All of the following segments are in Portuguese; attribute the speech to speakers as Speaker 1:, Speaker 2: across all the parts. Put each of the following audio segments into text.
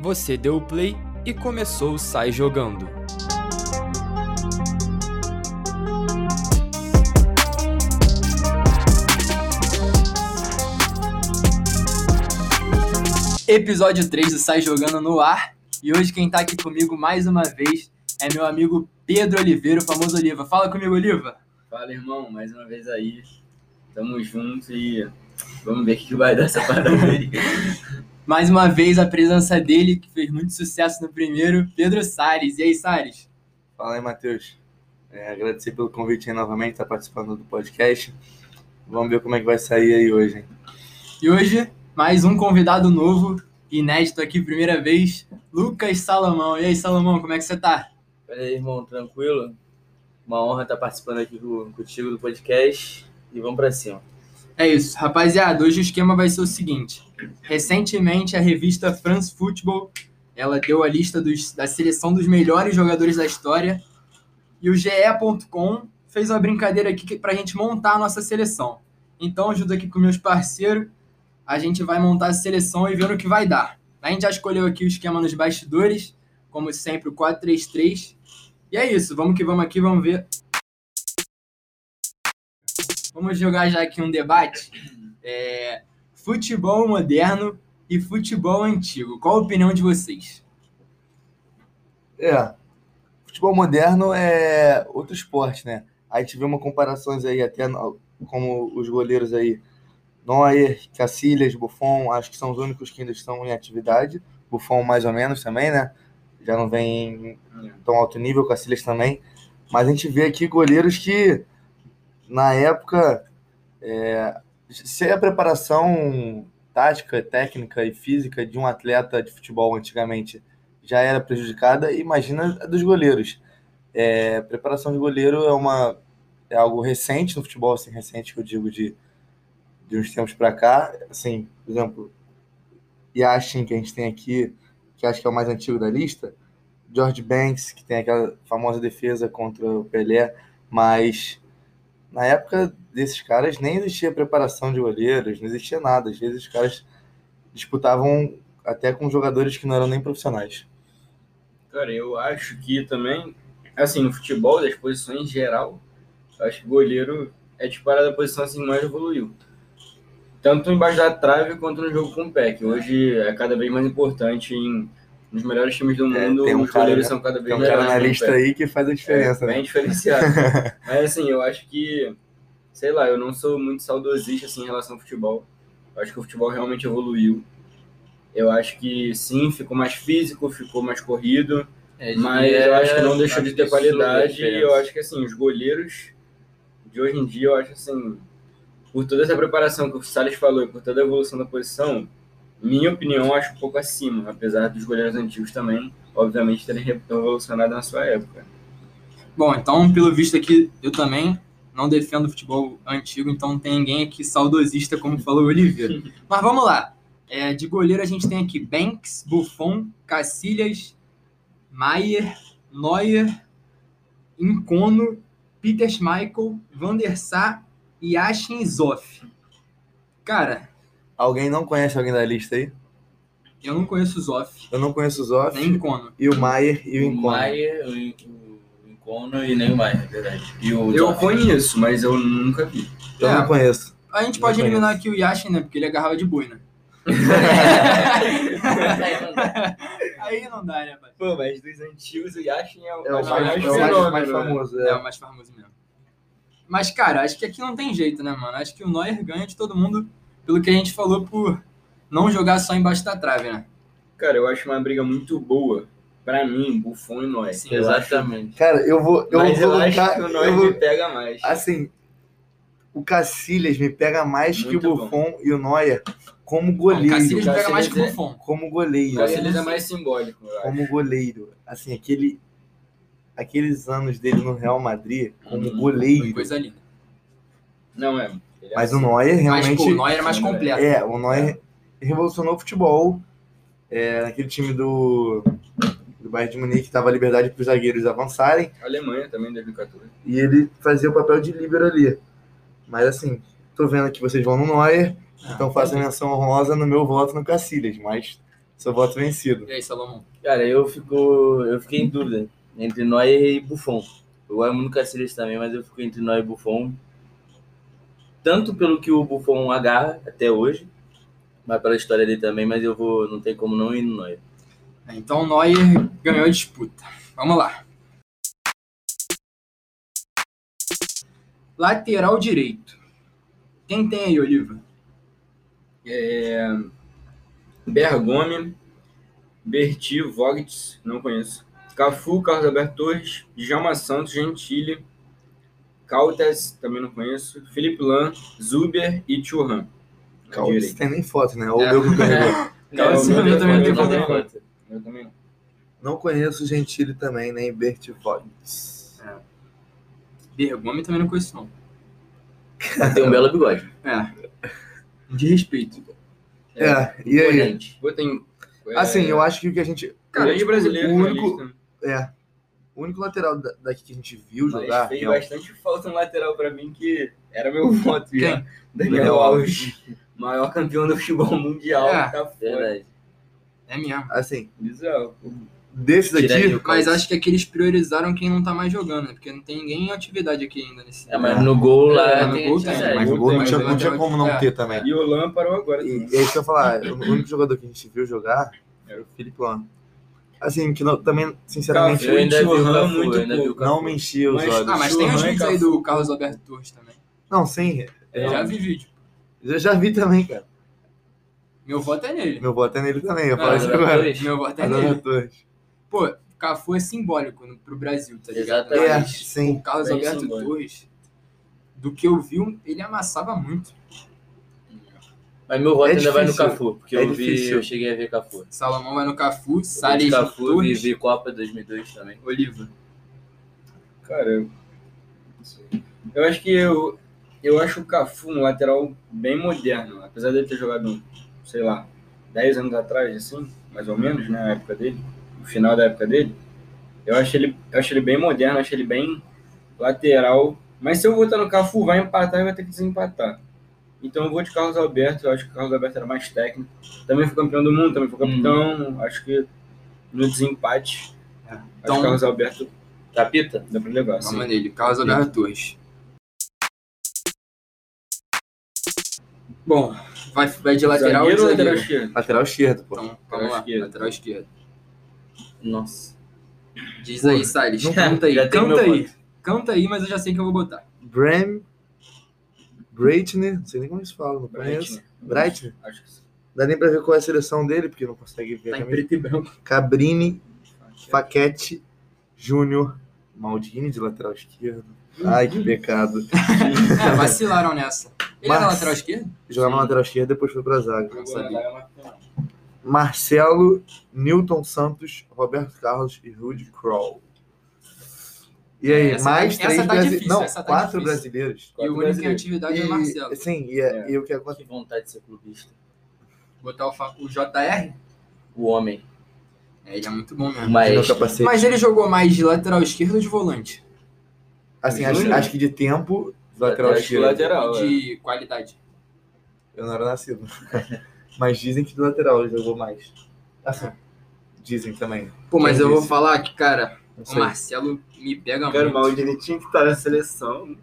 Speaker 1: Você deu o play e começou o Sai Jogando. Episódio 3 do Sai Jogando no ar. E hoje quem tá aqui comigo mais uma vez é meu amigo Pedro Oliveira, o famoso Oliva. Fala comigo, Oliva.
Speaker 2: Fala, irmão, mais uma vez aí. Tamo junto e vamos ver o que vai dar essa parada aí.
Speaker 1: Mais uma vez a presença dele, que fez muito sucesso no primeiro, Pedro Salles. E aí, Salles?
Speaker 3: Fala aí, Matheus. É, agradecer pelo convite aí novamente, estar participando do podcast. Vamos ver como é que vai sair aí hoje, hein?
Speaker 1: E hoje, mais um convidado novo, inédito aqui, primeira vez, Lucas Salomão. E aí, Salomão, como é que você tá?
Speaker 2: Olha aí, irmão, tranquilo? Uma honra estar participando aqui do- contigo do podcast. E vamos pra cima.
Speaker 1: É isso, rapaziada. Hoje o esquema vai ser o seguinte: recentemente a revista France Football ela deu a lista dos- da seleção dos melhores jogadores da história e o GE.com fez uma brincadeira aqui que, pra gente montar a nossa seleção. Então, junto aqui com meus parceiros, a gente vai montar a seleção e ver o que vai dar. A gente já escolheu aqui o esquema nos bastidores, como sempre, o 4-3-3. E é isso, vamos que vamos aqui, vamos ver Vamos jogar já aqui um debate. É, futebol moderno e futebol antigo. Qual a opinião de vocês?
Speaker 3: É. Futebol moderno é outro esporte, né? Aí tivemos comparações aí, até no- como os goleiros aí, Neuer, Cacilhas, Buffon, acho que são os únicos que ainda estão em atividade. Buffon mais ou menos também, né? Já não vem em tão alto nível, Cacilhas também. Mas a gente vê aqui goleiros que, na época, é, se a preparação tática, técnica e física de um atleta de futebol antigamente já era prejudicada, imagina a dos goleiros. É, preparação de goleiro é uma é algo recente no futebol, assim, recente que eu digo de, de uns tempos para cá, assim, por exemplo, Yashin, que a gente tem aqui, que acho que é o mais antigo da lista, George Banks, que tem aquela famosa defesa contra o Pelé, mas na época desses caras nem existia preparação de goleiros, não existia nada, às vezes os caras disputavam até com jogadores que não eram nem profissionais.
Speaker 2: Cara, eu acho que também, assim, no futebol, das posições em geral, eu acho que goleiro é disparada a posição assim, que mais evoluiu. Tanto embaixo da trave quanto no jogo com o pé, que hoje é cada vez mais importante em, nos melhores times do
Speaker 3: É,
Speaker 2: mundo,
Speaker 3: tem um
Speaker 2: os
Speaker 3: cara,
Speaker 2: goleiros
Speaker 3: né?
Speaker 2: são cada vez
Speaker 3: Tem um
Speaker 2: melhores.
Speaker 3: cara na
Speaker 2: com o
Speaker 3: lista
Speaker 2: pé.
Speaker 3: aí que faz a diferença,
Speaker 2: é,
Speaker 3: né?
Speaker 2: bem diferenciado. Mas assim, eu acho que, sei lá, eu não sou muito saudosista assim, em relação ao futebol. Eu acho que o futebol realmente evoluiu. Eu acho que sim, ficou mais físico, ficou mais corrido, mas
Speaker 1: É
Speaker 2: eu acho que não deixou de ter qualidade. E eu acho que assim, os goleiros de hoje em dia, eu acho assim, por toda essa preparação que o Salles falou e por toda a evolução da posição, minha opinião, eu acho um pouco acima, apesar dos goleiros antigos também, obviamente, terem revolucionado na sua época.
Speaker 1: Bom, então, pelo visto aqui, eu também não defendo futebol antigo, então não tem ninguém aqui saudosista, como falou o Oliveira. Mas vamos lá. É, de goleiro a gente tem aqui Banks, Buffon, Cacilhas, Maier, Neuer, Incono, Peter Schmeichel, Van der Sar e Ashin Zoff. Cara,
Speaker 3: Alguém não conhece alguém da lista aí?
Speaker 1: eu não conheço o Zoff,
Speaker 3: Eu não conheço o Zoff,
Speaker 1: nem Incono.
Speaker 3: e o Maier e o
Speaker 4: o
Speaker 3: Incon.
Speaker 4: Maier, o- o o Encono e nem o Maier, é verdade. E o
Speaker 2: Eu
Speaker 4: Zoff.
Speaker 2: conheço, mas eu nunca vi.
Speaker 3: Eu
Speaker 1: É.
Speaker 3: não conheço.
Speaker 1: A gente pode
Speaker 3: Não
Speaker 1: eliminar
Speaker 3: conheço.
Speaker 1: aqui o Yashin, né? Porque ele agarrava de boi, né? Aí não dá, né, pai?
Speaker 2: Pô, mas dos antigos, o Yashin é né? o
Speaker 3: É o mais,
Speaker 1: mais
Speaker 3: é o mais-
Speaker 1: fenômeno,
Speaker 3: mais famoso.
Speaker 1: É
Speaker 3: É.
Speaker 1: o mais famoso mesmo. Mas, cara, acho que aqui não tem jeito, né, mano? Acho que o Neuer ganha de todo mundo pelo que a gente falou por não jogar só embaixo da trave, né?
Speaker 2: Cara, eu acho uma briga muito boa. Pra mim, Buffon e Noé.
Speaker 1: Sim,
Speaker 4: Exatamente.
Speaker 3: Cara, eu vou. Eu
Speaker 2: mas
Speaker 3: vou
Speaker 2: eu acho
Speaker 3: lutar-
Speaker 2: que o
Speaker 3: eu
Speaker 2: Noé
Speaker 3: vou-
Speaker 2: me pega mais.
Speaker 3: Assim, o Cacilhas me pega mais que o
Speaker 2: Muito
Speaker 3: Buffon e o Neuer como
Speaker 1: O
Speaker 3: goleiro.
Speaker 1: Cacilhas pega
Speaker 2: Cacilhas
Speaker 1: mais que o
Speaker 2: é-
Speaker 1: Buffon.
Speaker 3: Como goleiro.
Speaker 2: O Cacilhas é mais simbólico, eu acho.
Speaker 3: Como goleiro. Assim, aquele. Aqueles anos dele no Real Madrid, como
Speaker 2: Hum,
Speaker 3: goleiro.
Speaker 1: Coisa linda.
Speaker 2: Não é. ele é
Speaker 3: Mas um- o
Speaker 2: assim.
Speaker 3: Neuer realmente.
Speaker 1: Mas, pô, o Neuer é mais
Speaker 2: Sim,
Speaker 1: completo.
Speaker 3: É, o Neuer revolucionou o futebol. É, naquele time do, do Bayern de Munique, dava liberdade para os zagueiros avançarem.
Speaker 2: Alemanha também, 2014.
Speaker 3: E ele fazia o papel de líbero ali. Mas assim, tô vendo aqui vocês vão no Neuer.
Speaker 1: Ah,
Speaker 3: é. então faço a menção honrosa no meu voto no Cacilhas. Mas Seu voto vencido.
Speaker 1: E aí, Salomão?
Speaker 5: Cara, eu fico. Eu fiquei em dúvida entre Neuer e Buffon. Eu amo no Caceres também, mas eu fico entre Neuer e Buffon. Tanto pelo que o Buffon agarra até hoje, mas pela história dele também, mas eu vou. Não tem como não ir no Neuer.
Speaker 1: Então, Neuer ganhou a disputa. Vamos lá. Lateral direito. Quem tem aí, Oliva?
Speaker 2: É... Bergomi, Berti, Vogt, não conheço. Cafu, Carlos Alberto Torres, Djalma Santos, Gentili, Caltas, também não conheço. Felipe Lan, Zuber e Churran.
Speaker 3: Calma, você tem nem foto, né? Ou eu que ganhei.
Speaker 2: Não,
Speaker 1: Cara, esse
Speaker 2: É, eu
Speaker 1: eu também não tenho
Speaker 2: também
Speaker 1: foto.
Speaker 2: não.
Speaker 1: não.
Speaker 2: Eu também não.
Speaker 3: Não conheço Gentili também, nem Bert Vogt.
Speaker 1: Bergomi também não conheço, não.
Speaker 5: Tem um belo bigode.
Speaker 1: É. De respeito.
Speaker 3: É, e aí?
Speaker 5: Imponente.
Speaker 2: Vou ter... é,
Speaker 3: Assim, eu acho que o que a gente.
Speaker 2: Cara,
Speaker 3: tipo,
Speaker 2: brasileiro, né?
Speaker 3: o
Speaker 2: na
Speaker 3: único,
Speaker 2: lista.
Speaker 3: é, o único lateral da- daqui que a gente viu
Speaker 2: Mas
Speaker 3: jogar.
Speaker 2: fez
Speaker 3: não,
Speaker 2: bastante falta no lateral pra mim, que era meu voto. já.
Speaker 1: Quem?
Speaker 2: Daniel Alves, maior campeão do futebol mundial.
Speaker 1: É,
Speaker 2: tá fora.
Speaker 5: Verdade.
Speaker 1: É mesmo.
Speaker 3: Assim,
Speaker 2: Bizarro.
Speaker 3: desses
Speaker 5: Tiraria
Speaker 3: daqui.
Speaker 5: o
Speaker 1: Mas
Speaker 5: Caldas.
Speaker 1: acho que aqui eles priorizaram quem não tá mais jogando, né? Porque não tem ninguém em atividade aqui ainda nesse.
Speaker 5: É, mas no gol lá.
Speaker 1: É, no
Speaker 5: tem-
Speaker 1: gol
Speaker 5: tinha-
Speaker 1: tem,
Speaker 3: assim, Mas o gol não
Speaker 2: Mas
Speaker 3: tinha,
Speaker 1: eu
Speaker 3: não tinha
Speaker 1: tava-
Speaker 3: como não
Speaker 1: é.
Speaker 3: ter também.
Speaker 2: E o Lan parou agora.
Speaker 3: E,
Speaker 2: também.
Speaker 3: e é isso que eu ia falar, o único jogador que a gente viu jogar é o Felipe Lano. Assim, que não- também, sinceramente,
Speaker 5: Eu ainda vi o
Speaker 2: Churran
Speaker 5: Cafu,
Speaker 2: muito
Speaker 5: eu ainda vi o
Speaker 2: pouco.
Speaker 5: Cafu.
Speaker 3: não me enchia os
Speaker 2: Mas-
Speaker 3: olhos.
Speaker 1: Ah, mas tem uns
Speaker 2: Churran e
Speaker 1: vídeos aí
Speaker 2: Cafu.
Speaker 1: do Carlos Alberto Torres também.
Speaker 3: Não, sim,
Speaker 1: Eu Já vi vídeo.
Speaker 3: eu já vi também, cara.
Speaker 1: Meu voto é nele.
Speaker 3: Meu voto é nele também, eu
Speaker 1: Ah,
Speaker 3: falo isso agora.
Speaker 5: jogadores.
Speaker 1: Meu voto é nele.
Speaker 3: Adoro dois.
Speaker 1: Pô, Cafu é simbólico no- pro Brasil, tá ligado?
Speaker 5: Exatamente.
Speaker 3: É,
Speaker 1: Mas
Speaker 3: sim.
Speaker 1: O Carlos
Speaker 2: Bem
Speaker 1: Alberto
Speaker 2: simbólico.
Speaker 1: Torres, do que eu vi, um, ele amassava muito.
Speaker 5: Mas meu voto
Speaker 3: É
Speaker 5: ainda vai no
Speaker 3: difícil.
Speaker 5: Cafu, porque
Speaker 3: É
Speaker 5: eu vi,
Speaker 3: difícil.
Speaker 5: eu cheguei a ver Cafu.
Speaker 1: Salomão vai no Cafu,
Speaker 5: Eu vi
Speaker 1: Salles no
Speaker 5: Cafu, vi,
Speaker 1: Torres,
Speaker 5: vi Copa 2002 também.
Speaker 1: Oliva.
Speaker 2: Cara, eu... não sei. eu acho que eu... Eu acho o Cafu um lateral bem moderno. Apesar dele ter jogado, sei lá, 10 anos atrás, assim, mais ou menos, né? A época dele. No final da época dele. Eu acho ele, eu acho ele bem moderno, acho ele bem lateral. Mas se eu votar no Cafu, vai empatar e vai ter que desempatar. Então eu vou de Carlos Alberto, eu acho que o Carlos Alberto era mais técnico. Também foi campeão do mundo, também foi capitão. Acho que no desempate, acho
Speaker 1: Então-
Speaker 2: que o Carlos Alberto
Speaker 5: Capita?
Speaker 2: dá pra levar. sim.
Speaker 1: Vamos nele, Carlos Alberto Torres. Bom, vai, vai de lateral
Speaker 2: Zagueiro
Speaker 1: ou
Speaker 2: ou
Speaker 1: de zagueiro?
Speaker 2: lateral esquerdo?
Speaker 3: Lateral esquerdo, pô.
Speaker 1: Então, vamos lá,
Speaker 2: esquerdo.
Speaker 1: lateral esquerdo.
Speaker 5: Nossa.
Speaker 1: Diz aí, Salles, canta aí,
Speaker 5: Já tem
Speaker 1: canta
Speaker 5: meu
Speaker 1: aí. Canta aí, mas eu já sei que eu vou botar.
Speaker 3: Bram, Breitner, não sei nem como eles falam, não conheço.
Speaker 2: Brightner.
Speaker 3: Breitner.
Speaker 2: Acho que sim.
Speaker 3: Dá nem pra ver qual é a seleção dele, porque não consegue ver. a
Speaker 1: Tá em
Speaker 3: camisa.
Speaker 1: preto e branco.
Speaker 3: Cabrini, Faquete, Júnior, Maldini de lateral esquerdo. Ai, que pecado.
Speaker 1: É, vacilaram nessa. Ele era
Speaker 3: Mas-
Speaker 1: lateral esquerdo?
Speaker 3: Jogava na
Speaker 2: Sim.
Speaker 3: lateral esquerda, depois foi pra zaga.
Speaker 1: Não sabia.
Speaker 3: Marcelo, Newton Santos, Roberto Carlos e Rudy Kroll. E aí,
Speaker 1: Essa tá-
Speaker 3: mais
Speaker 1: essa
Speaker 3: três
Speaker 1: tá
Speaker 3: brasi-
Speaker 1: difícil,
Speaker 3: Não,
Speaker 1: essa tá
Speaker 3: quatro
Speaker 1: difícil.
Speaker 3: brasileiros.
Speaker 1: E o único em atividade é o Marcelo.
Speaker 3: E, sim, e, é-
Speaker 2: É.
Speaker 3: e o que acontece?
Speaker 5: Que vontade de ser clubista.
Speaker 1: Botar o, fa- o JR?
Speaker 5: O homem.
Speaker 1: É, ele é muito bom mesmo.
Speaker 3: Tirou
Speaker 5: Mas
Speaker 3: o capacete.
Speaker 1: Mas ele jogou mais de lateral esquerdo ou de volante?
Speaker 3: Assim, acho,
Speaker 2: Júnior.
Speaker 3: acho que de tempo,
Speaker 5: Lateral
Speaker 3: lateral
Speaker 2: Acho que o
Speaker 3: esquerdo.
Speaker 2: lateral. é.
Speaker 1: de qualidade.
Speaker 3: Eu não era nascido. Mas dizem que do lateral ele jogou mais. Assim, dizem também.
Speaker 1: Pô, mas
Speaker 3: Quem
Speaker 1: eu vou
Speaker 3: disse?
Speaker 1: falar que, cara,
Speaker 3: Não
Speaker 1: o
Speaker 3: sei.
Speaker 1: Marcelo me pega
Speaker 2: Cara, o
Speaker 1: muito.
Speaker 2: Maldini tinha que estar na seleção,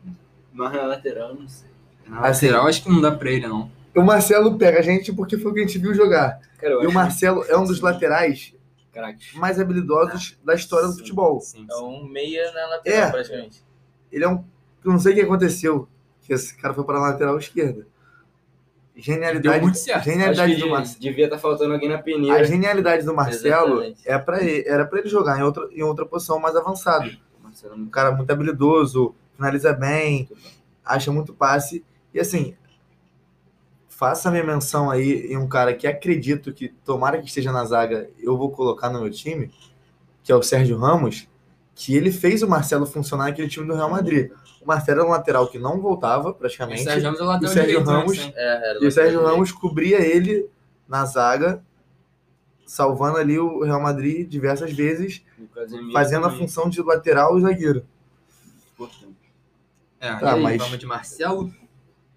Speaker 2: mas na lateral, não sei.
Speaker 1: Na lateral, acho que não dá pra ele, não.
Speaker 3: O Marcelo pega a gente porque foi o que a gente viu jogar.
Speaker 2: Cara, eu
Speaker 3: E o
Speaker 2: acho
Speaker 3: Marcelo é um dos laterais
Speaker 2: craque.
Speaker 3: mais habilidosos da história do
Speaker 5: Sim.
Speaker 3: futebol.
Speaker 1: Sim,
Speaker 5: é
Speaker 1: sim.
Speaker 5: um meia na lateral,
Speaker 3: É.
Speaker 5: praticamente.
Speaker 3: Ele é um. Eu não sei o que aconteceu. Que esse cara foi para a lateral esquerda. Genialidade.
Speaker 1: Deu muito certo.
Speaker 2: Acho
Speaker 3: Genialidade
Speaker 2: que
Speaker 3: do Marcelo.
Speaker 2: de- devia estar faltando alguém na
Speaker 3: A
Speaker 2: peneira.
Speaker 3: genialidade do Marcelo
Speaker 5: Exatamente.
Speaker 3: é pra ele, era pra ele jogar em outra, em outra posição mais avançada.
Speaker 2: Marcelo,
Speaker 3: Um cara muito habilidoso, finaliza bem, acha muito passe. E assim, faça a minha menção aí em um cara que acredito que, tomara que esteja na zaga, eu vou colocar no meu time, que é o Sérgio Ramos, que ele fez o Marcelo funcionar naquele time do Real Madrid. O Marcelo era um lateral que não voltava,
Speaker 1: O
Speaker 3: praticamente.
Speaker 1: Sérgio Ramos é
Speaker 3: E o
Speaker 1: lateral
Speaker 3: Sérgio
Speaker 1: direito,
Speaker 3: Ramos-
Speaker 1: né?
Speaker 5: É, era
Speaker 3: E o Sérgio
Speaker 5: lateral
Speaker 3: Ramos cobria ele na zaga, salvando ali o Real Madrid diversas vezes,
Speaker 2: o Casemiro
Speaker 3: fazendo a
Speaker 2: também, é
Speaker 3: função de lateral e zagueiro.
Speaker 2: importante.
Speaker 1: É,
Speaker 3: Tá,
Speaker 1: e aí,
Speaker 3: mas-
Speaker 1: vamos de Marcelo.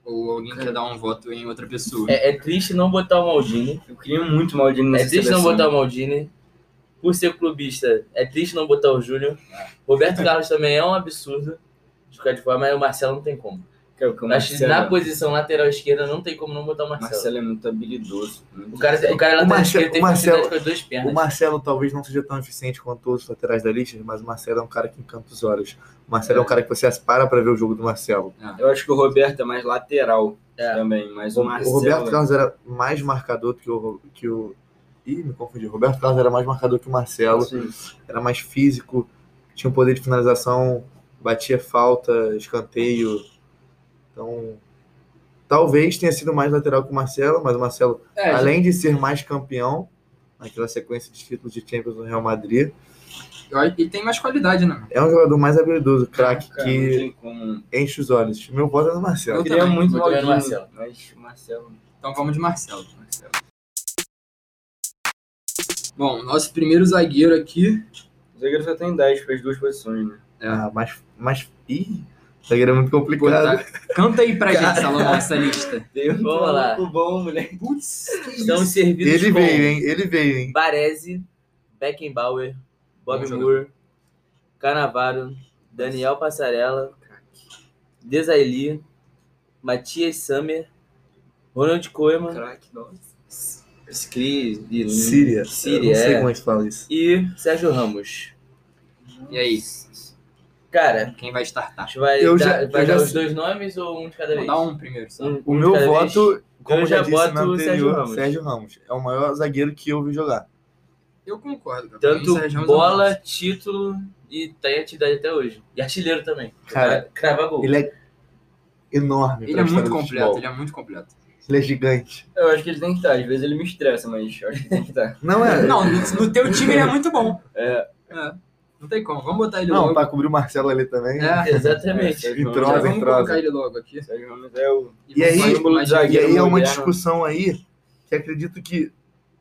Speaker 1: Ou alguém quer dar um voto em outra pessoa?
Speaker 5: É, é triste não botar o Maldini.
Speaker 2: Eu queria muito o Maldini
Speaker 5: É
Speaker 2: nessa
Speaker 5: triste não
Speaker 2: seleção.
Speaker 5: botar o Maldini. Por ser clubista, é triste não botar o Júnior. Roberto Carlos também é um absurdo de ficar de fora, mas o Marcelo não tem como.
Speaker 2: Cara, porque é o
Speaker 5: Acho que na
Speaker 2: Marcelo,
Speaker 5: posição lateral esquerda não tem como não botar o Marcelo.
Speaker 2: Marcelo é muito habilidoso. muito
Speaker 5: O cara, o
Speaker 3: O
Speaker 5: cara lateral
Speaker 3: Marcelo-
Speaker 5: esquerdo tem
Speaker 3: o Marcelo-
Speaker 5: facilidade com as duas
Speaker 3: O
Speaker 5: pernas.
Speaker 3: Marcelo talvez não seja tão eficiente quanto todos os laterais da lista, mas o Marcelo é um cara que encanta os olhos. O Marcelo é, um cara que você para pra ver o jogo do Marcelo.
Speaker 2: Eu acho que o Roberto é mais lateral
Speaker 5: É.
Speaker 2: também, mas
Speaker 3: O,
Speaker 2: o
Speaker 3: o
Speaker 2: Marcelo. é
Speaker 3: Roberto Carlos era mais marcador do que o, Ro- que o. Ih, me confundi. O Roberto Carlos era mais marcador que o Marcelo.
Speaker 2: Sim.
Speaker 3: Era mais físico, tinha um poder de finalização, batia falta, escanteio. Então. Talvez tenha sido mais lateral que o Marcelo, mas o Marcelo
Speaker 1: É,
Speaker 3: além de ser mais campeão, naquela sequência de títulos de Champions no Real Madrid,
Speaker 1: gente, e tem mais qualidade, né?
Speaker 3: é um jogador mais habilidoso, craque
Speaker 2: Cara, não
Speaker 3: que
Speaker 2: tem como.
Speaker 3: enche os olhos. Meu voto é no Marcelo.
Speaker 1: Eu
Speaker 2: Eu queria
Speaker 1: também,
Speaker 2: muito o
Speaker 5: vou também
Speaker 2: Maldini,
Speaker 5: no Marcelo.
Speaker 2: mas o Marcelo.
Speaker 1: Então vamos de Marcelo. Bom, nosso primeiro zagueiro aqui.
Speaker 2: O zagueiro só tem 10 para as duas posições, né?
Speaker 3: Ah, mas, mas. Ih, zagueiro é muito
Speaker 1: Pô,
Speaker 3: complicado.
Speaker 1: tá- Canta aí pra gente, Salomão, essa lista.
Speaker 5: Vamos lá.
Speaker 2: um bom, moleque.
Speaker 1: Putz,
Speaker 5: Estão Então, servidos
Speaker 3: Ele
Speaker 5: com
Speaker 3: veio, hein? Ele veio, hein?
Speaker 5: Baresi, Beckenbauer, Bob
Speaker 1: Bom jogador.
Speaker 5: Moore, Canavaro, Daniel Passarella, Desailly, Matias Summer, Ronald Koeman,
Speaker 2: Craque, nossa.
Speaker 5: Scri,
Speaker 3: Síria. Eu
Speaker 5: Síria,
Speaker 3: não sei
Speaker 5: é,
Speaker 3: como é que se fala isso.
Speaker 5: e Sérgio Ramos.
Speaker 1: E aí,
Speaker 5: Cara,
Speaker 1: quem vai startar?
Speaker 5: a gente vai
Speaker 3: Eu
Speaker 5: dar,
Speaker 3: já-
Speaker 5: vai
Speaker 3: eu
Speaker 5: dar
Speaker 3: já
Speaker 5: os
Speaker 3: sei.
Speaker 5: dois nomes ou um de cada
Speaker 1: Vou
Speaker 5: vez?
Speaker 1: dar um primeiro, só.
Speaker 5: Um-
Speaker 3: O
Speaker 5: um de
Speaker 3: meu
Speaker 5: cada vez?
Speaker 3: voto, como eu já,
Speaker 5: já
Speaker 3: disse
Speaker 5: boto
Speaker 3: no
Speaker 5: o
Speaker 3: anterior,
Speaker 5: Sérgio
Speaker 3: Sérgio
Speaker 5: Ramos.
Speaker 3: Ramos. É o maior zagueiro que eu vi jogar.
Speaker 1: Eu concordo. cara. Pra mim,
Speaker 5: Tanto
Speaker 1: Sérgio Ramos é um
Speaker 5: bola,
Speaker 1: monstro.
Speaker 5: título e tem atividade até hoje. E artilheiro também.
Speaker 3: Cara,
Speaker 5: Pra cravar gol.
Speaker 3: Ele é enorme.
Speaker 1: Ele
Speaker 3: pra
Speaker 1: é
Speaker 3: história
Speaker 1: muito
Speaker 3: do
Speaker 1: completo,
Speaker 3: futebol.
Speaker 1: ele é muito completo.
Speaker 3: Ele é gigante.
Speaker 2: Eu acho que ele tem que estar. Às vezes ele me estressa, mas eu acho que tem que estar.
Speaker 3: Não é.
Speaker 1: Não, no, no teu time ele é muito bom.
Speaker 2: É.
Speaker 1: É, Não tem como. Vamos botar ele
Speaker 3: Não, tá
Speaker 1: logo.
Speaker 3: pra cobrir o Marcelo ali também.
Speaker 1: É,
Speaker 5: Exatamente.
Speaker 2: Sérgio Ramos
Speaker 3: Entrou,
Speaker 1: já
Speaker 3: Entrosa,
Speaker 1: vamos
Speaker 3: entrosa.
Speaker 1: colocar ele logo aqui.
Speaker 2: Sérgio Ramos é o.
Speaker 3: E aí-
Speaker 1: vamos
Speaker 2: símbolo de
Speaker 1: mais
Speaker 3: E
Speaker 2: zagueiro.
Speaker 3: aí é uma
Speaker 2: moderno.
Speaker 3: discussão aí que acredito que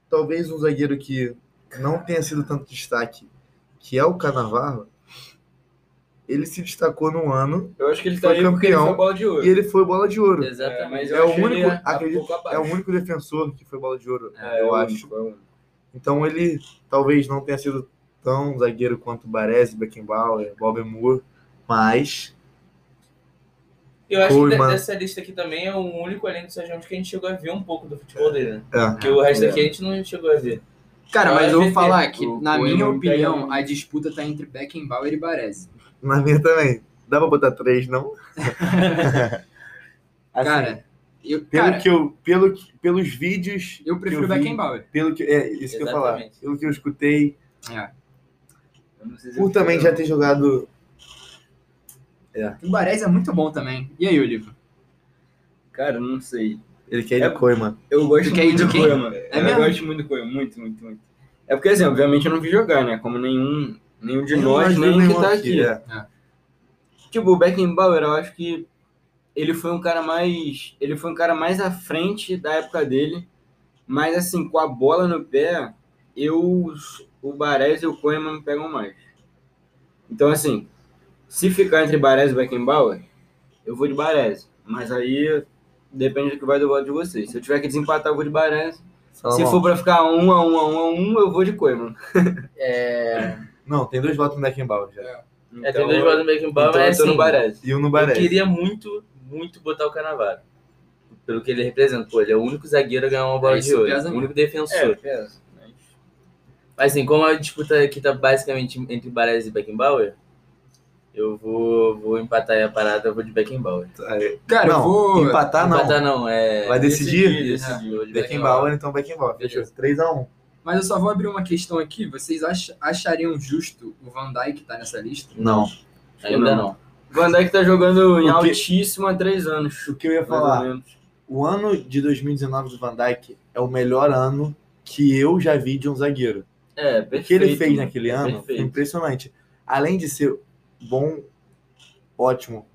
Speaker 3: talvez um zagueiro que não tenha sido tanto destaque, que é o Canavarro, ele se destacou num ano
Speaker 2: Eu acho que ele tá
Speaker 3: Foi
Speaker 2: aí porque ele
Speaker 3: campeão.
Speaker 2: foi bola de ouro.
Speaker 3: e ele foi bola de ouro.
Speaker 2: É, mas
Speaker 5: Exatamente.
Speaker 2: eu
Speaker 3: É o
Speaker 2: acho
Speaker 3: único-
Speaker 2: ele a-
Speaker 3: acredito-
Speaker 2: pouco abaixo.
Speaker 3: É o único defensor que foi bola de ouro,
Speaker 2: É,
Speaker 3: eu
Speaker 2: o
Speaker 3: acho.
Speaker 2: único, é o único.
Speaker 3: Então ele talvez não tenha sido tão zagueiro quanto Baresi, Beckenbauer, Bob Moore, mas
Speaker 5: Eu acho que
Speaker 3: Koeman.
Speaker 5: de- dessa lista aqui também é o único além do Sérgio Ramos que a gente chegou a ver um pouco do futebol dele, né?
Speaker 3: é,
Speaker 5: Porque o resto
Speaker 2: É.
Speaker 5: aqui a gente não chegou a ver.
Speaker 1: Cara,
Speaker 5: Ah,
Speaker 1: mas
Speaker 5: é
Speaker 1: eu vou
Speaker 5: verdade.
Speaker 1: falar que,
Speaker 2: O-
Speaker 1: na
Speaker 2: o
Speaker 1: minha
Speaker 2: Eman pega
Speaker 1: opinião,
Speaker 2: um-
Speaker 1: a disputa tá entre Beckenbauer e Baresi.
Speaker 3: na minha também. Dá pra botar três, não? Assim,
Speaker 1: Cara, eu,
Speaker 3: pelo
Speaker 1: cara,
Speaker 3: que eu, pelo, que- pelos vídeos
Speaker 1: eu prefiro
Speaker 3: que vi-
Speaker 1: Beckenbauer.
Speaker 3: Pelo que, é, isso que eu ia falar.
Speaker 5: Exatamente.
Speaker 3: Pelo que eu escutei,
Speaker 1: É.
Speaker 2: Eu não sei se
Speaker 3: por
Speaker 2: ele
Speaker 3: também
Speaker 2: foi-
Speaker 3: já ter jogado.
Speaker 1: O Baresi é muito bom também. E aí, Olivo?
Speaker 2: Cara, eu não sei.
Speaker 3: Ele quer ir de
Speaker 2: É-
Speaker 3: Koeman.
Speaker 2: Eu gosto
Speaker 1: Fica aí
Speaker 2: muito
Speaker 1: de
Speaker 2: do
Speaker 1: quem?
Speaker 2: Koeman.
Speaker 1: É
Speaker 2: eu
Speaker 1: mesmo?
Speaker 2: gosto muito do Koeman, muito, muito, muito. É porque, assim, obviamente eu não vi jogar, né? Como nenhum, nenhum de nós, nem nenhum que tá aqui.
Speaker 3: é.
Speaker 2: Tipo, o Beckenbauer, eu acho que ele foi um cara mais. Ele foi um cara mais à frente da época dele. Mas assim, com a bola no pé, eu. O Baresi e o Koeman me pegam mais. Então, assim, se ficar entre Baresi e Beckenbauer, eu vou de Baresi. Mas aí depende do que vai do voto de vocês. Se eu tiver que desempatar, eu vou de Baresi. Se
Speaker 3: Salomão.
Speaker 2: for pra ficar um a um a um a um, eu vou de Koeman.
Speaker 5: É,
Speaker 3: Não, tem dois votos no Beckenbauer já.
Speaker 5: é tem dois votos no Beckenbauer,
Speaker 2: então,
Speaker 5: mas
Speaker 2: eu tô no
Speaker 5: assim,
Speaker 2: Baresi.
Speaker 3: E um no
Speaker 5: eu
Speaker 3: Baresi.
Speaker 5: queria muito, muito botar o Canavaro. Pelo que ele representa. Pô, ele é o único zagueiro a ganhar uma bola
Speaker 1: É,
Speaker 5: de
Speaker 1: isso
Speaker 5: ouro.
Speaker 1: pesa
Speaker 5: O
Speaker 1: mesmo.
Speaker 5: único defensor.
Speaker 2: É, pesa. Mas-
Speaker 5: Mas assim, como a disputa aqui tá basicamente entre Baresi e Beckenbauer, eu vou, vou empatar aí a parada, eu vou de Beckenbauer.
Speaker 3: Aí.
Speaker 1: Cara,
Speaker 3: não,
Speaker 1: eu vou...
Speaker 3: empatar Tá não.
Speaker 5: Empatar não, é...
Speaker 3: Vai decidir?
Speaker 5: Isso, eu vou de
Speaker 3: Beckenbauer, então Beckenbauer. Fechou.
Speaker 5: Beleza.
Speaker 3: 3x1.
Speaker 1: Mas eu só vou abrir uma questão aqui. Vocês ach- achariam justo o Van Dijk tá nessa lista?
Speaker 3: Não.
Speaker 5: Ainda não.
Speaker 2: Van Dijk tá jogando em
Speaker 3: O que-
Speaker 2: altíssimo há três anos.
Speaker 3: O que eu ia
Speaker 2: Mais ou
Speaker 3: falar?
Speaker 2: menos.
Speaker 3: O ano de 2019 do Van Dijk é o melhor ano que eu já vi de um zagueiro.
Speaker 2: É,
Speaker 3: O que
Speaker 2: perfeito.
Speaker 3: ele fez naquele ano foi
Speaker 2: Perfeito.
Speaker 3: impressionante. Além de ser bom, ótimo,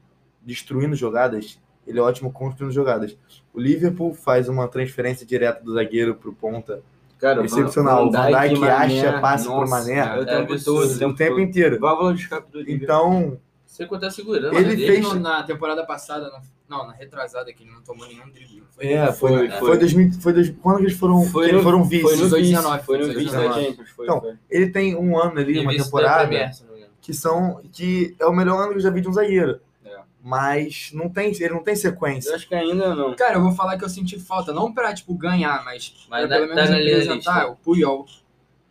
Speaker 3: destruindo jogadas, ele é ótimo construindo jogadas. O Liverpool faz uma transferência direta do zagueiro pro ponta.
Speaker 2: Cara,
Speaker 3: Excepcional.
Speaker 2: Van-
Speaker 3: O Van Dijk
Speaker 2: Mané,
Speaker 3: acha, passa pro
Speaker 2: nossa,
Speaker 3: Mané.
Speaker 2: É o tempo
Speaker 5: absurdo.
Speaker 2: todo.
Speaker 3: O tempo inteiro.
Speaker 2: Válvula de escape do Liverpool.
Speaker 3: Então,
Speaker 5: Você que tá segurando.
Speaker 3: Ele
Speaker 5: né,
Speaker 1: Ele
Speaker 5: dele.
Speaker 3: fez-
Speaker 1: no- na temporada passada, na- não, na retrasada, que ele não tomou nenhum drible. Foi
Speaker 3: É, foi.
Speaker 2: Foi,
Speaker 3: Foi,
Speaker 2: foi.
Speaker 3: 2000, foi dois- quando que eles foram,
Speaker 2: Foi
Speaker 3: que eles
Speaker 2: no-
Speaker 3: foram
Speaker 2: Foi
Speaker 3: vice?
Speaker 2: no
Speaker 1: 18,
Speaker 2: vice,
Speaker 1: 19,
Speaker 2: foi no vice da
Speaker 1: 19.
Speaker 2: Champions. Foi,
Speaker 3: Então,
Speaker 2: foi.
Speaker 3: Ele tem um ano ali,
Speaker 5: Ele
Speaker 3: uma
Speaker 5: vice da
Speaker 3: temporada,
Speaker 5: Premier, se não me engano.
Speaker 3: que são que é o melhor ano que eu já vi de um zagueiro.
Speaker 2: É.
Speaker 3: Mas não tem, ele não tem
Speaker 2: Eu
Speaker 3: sequência.
Speaker 2: acho que ainda não.
Speaker 1: Cara, eu vou falar que eu senti falta, não pra, tipo, ganhar, mas,
Speaker 5: Mas
Speaker 1: pra
Speaker 5: tá-
Speaker 1: É, pelo
Speaker 5: tá
Speaker 1: menos
Speaker 5: na linha da
Speaker 1: representar
Speaker 5: lista.
Speaker 1: o Puyol.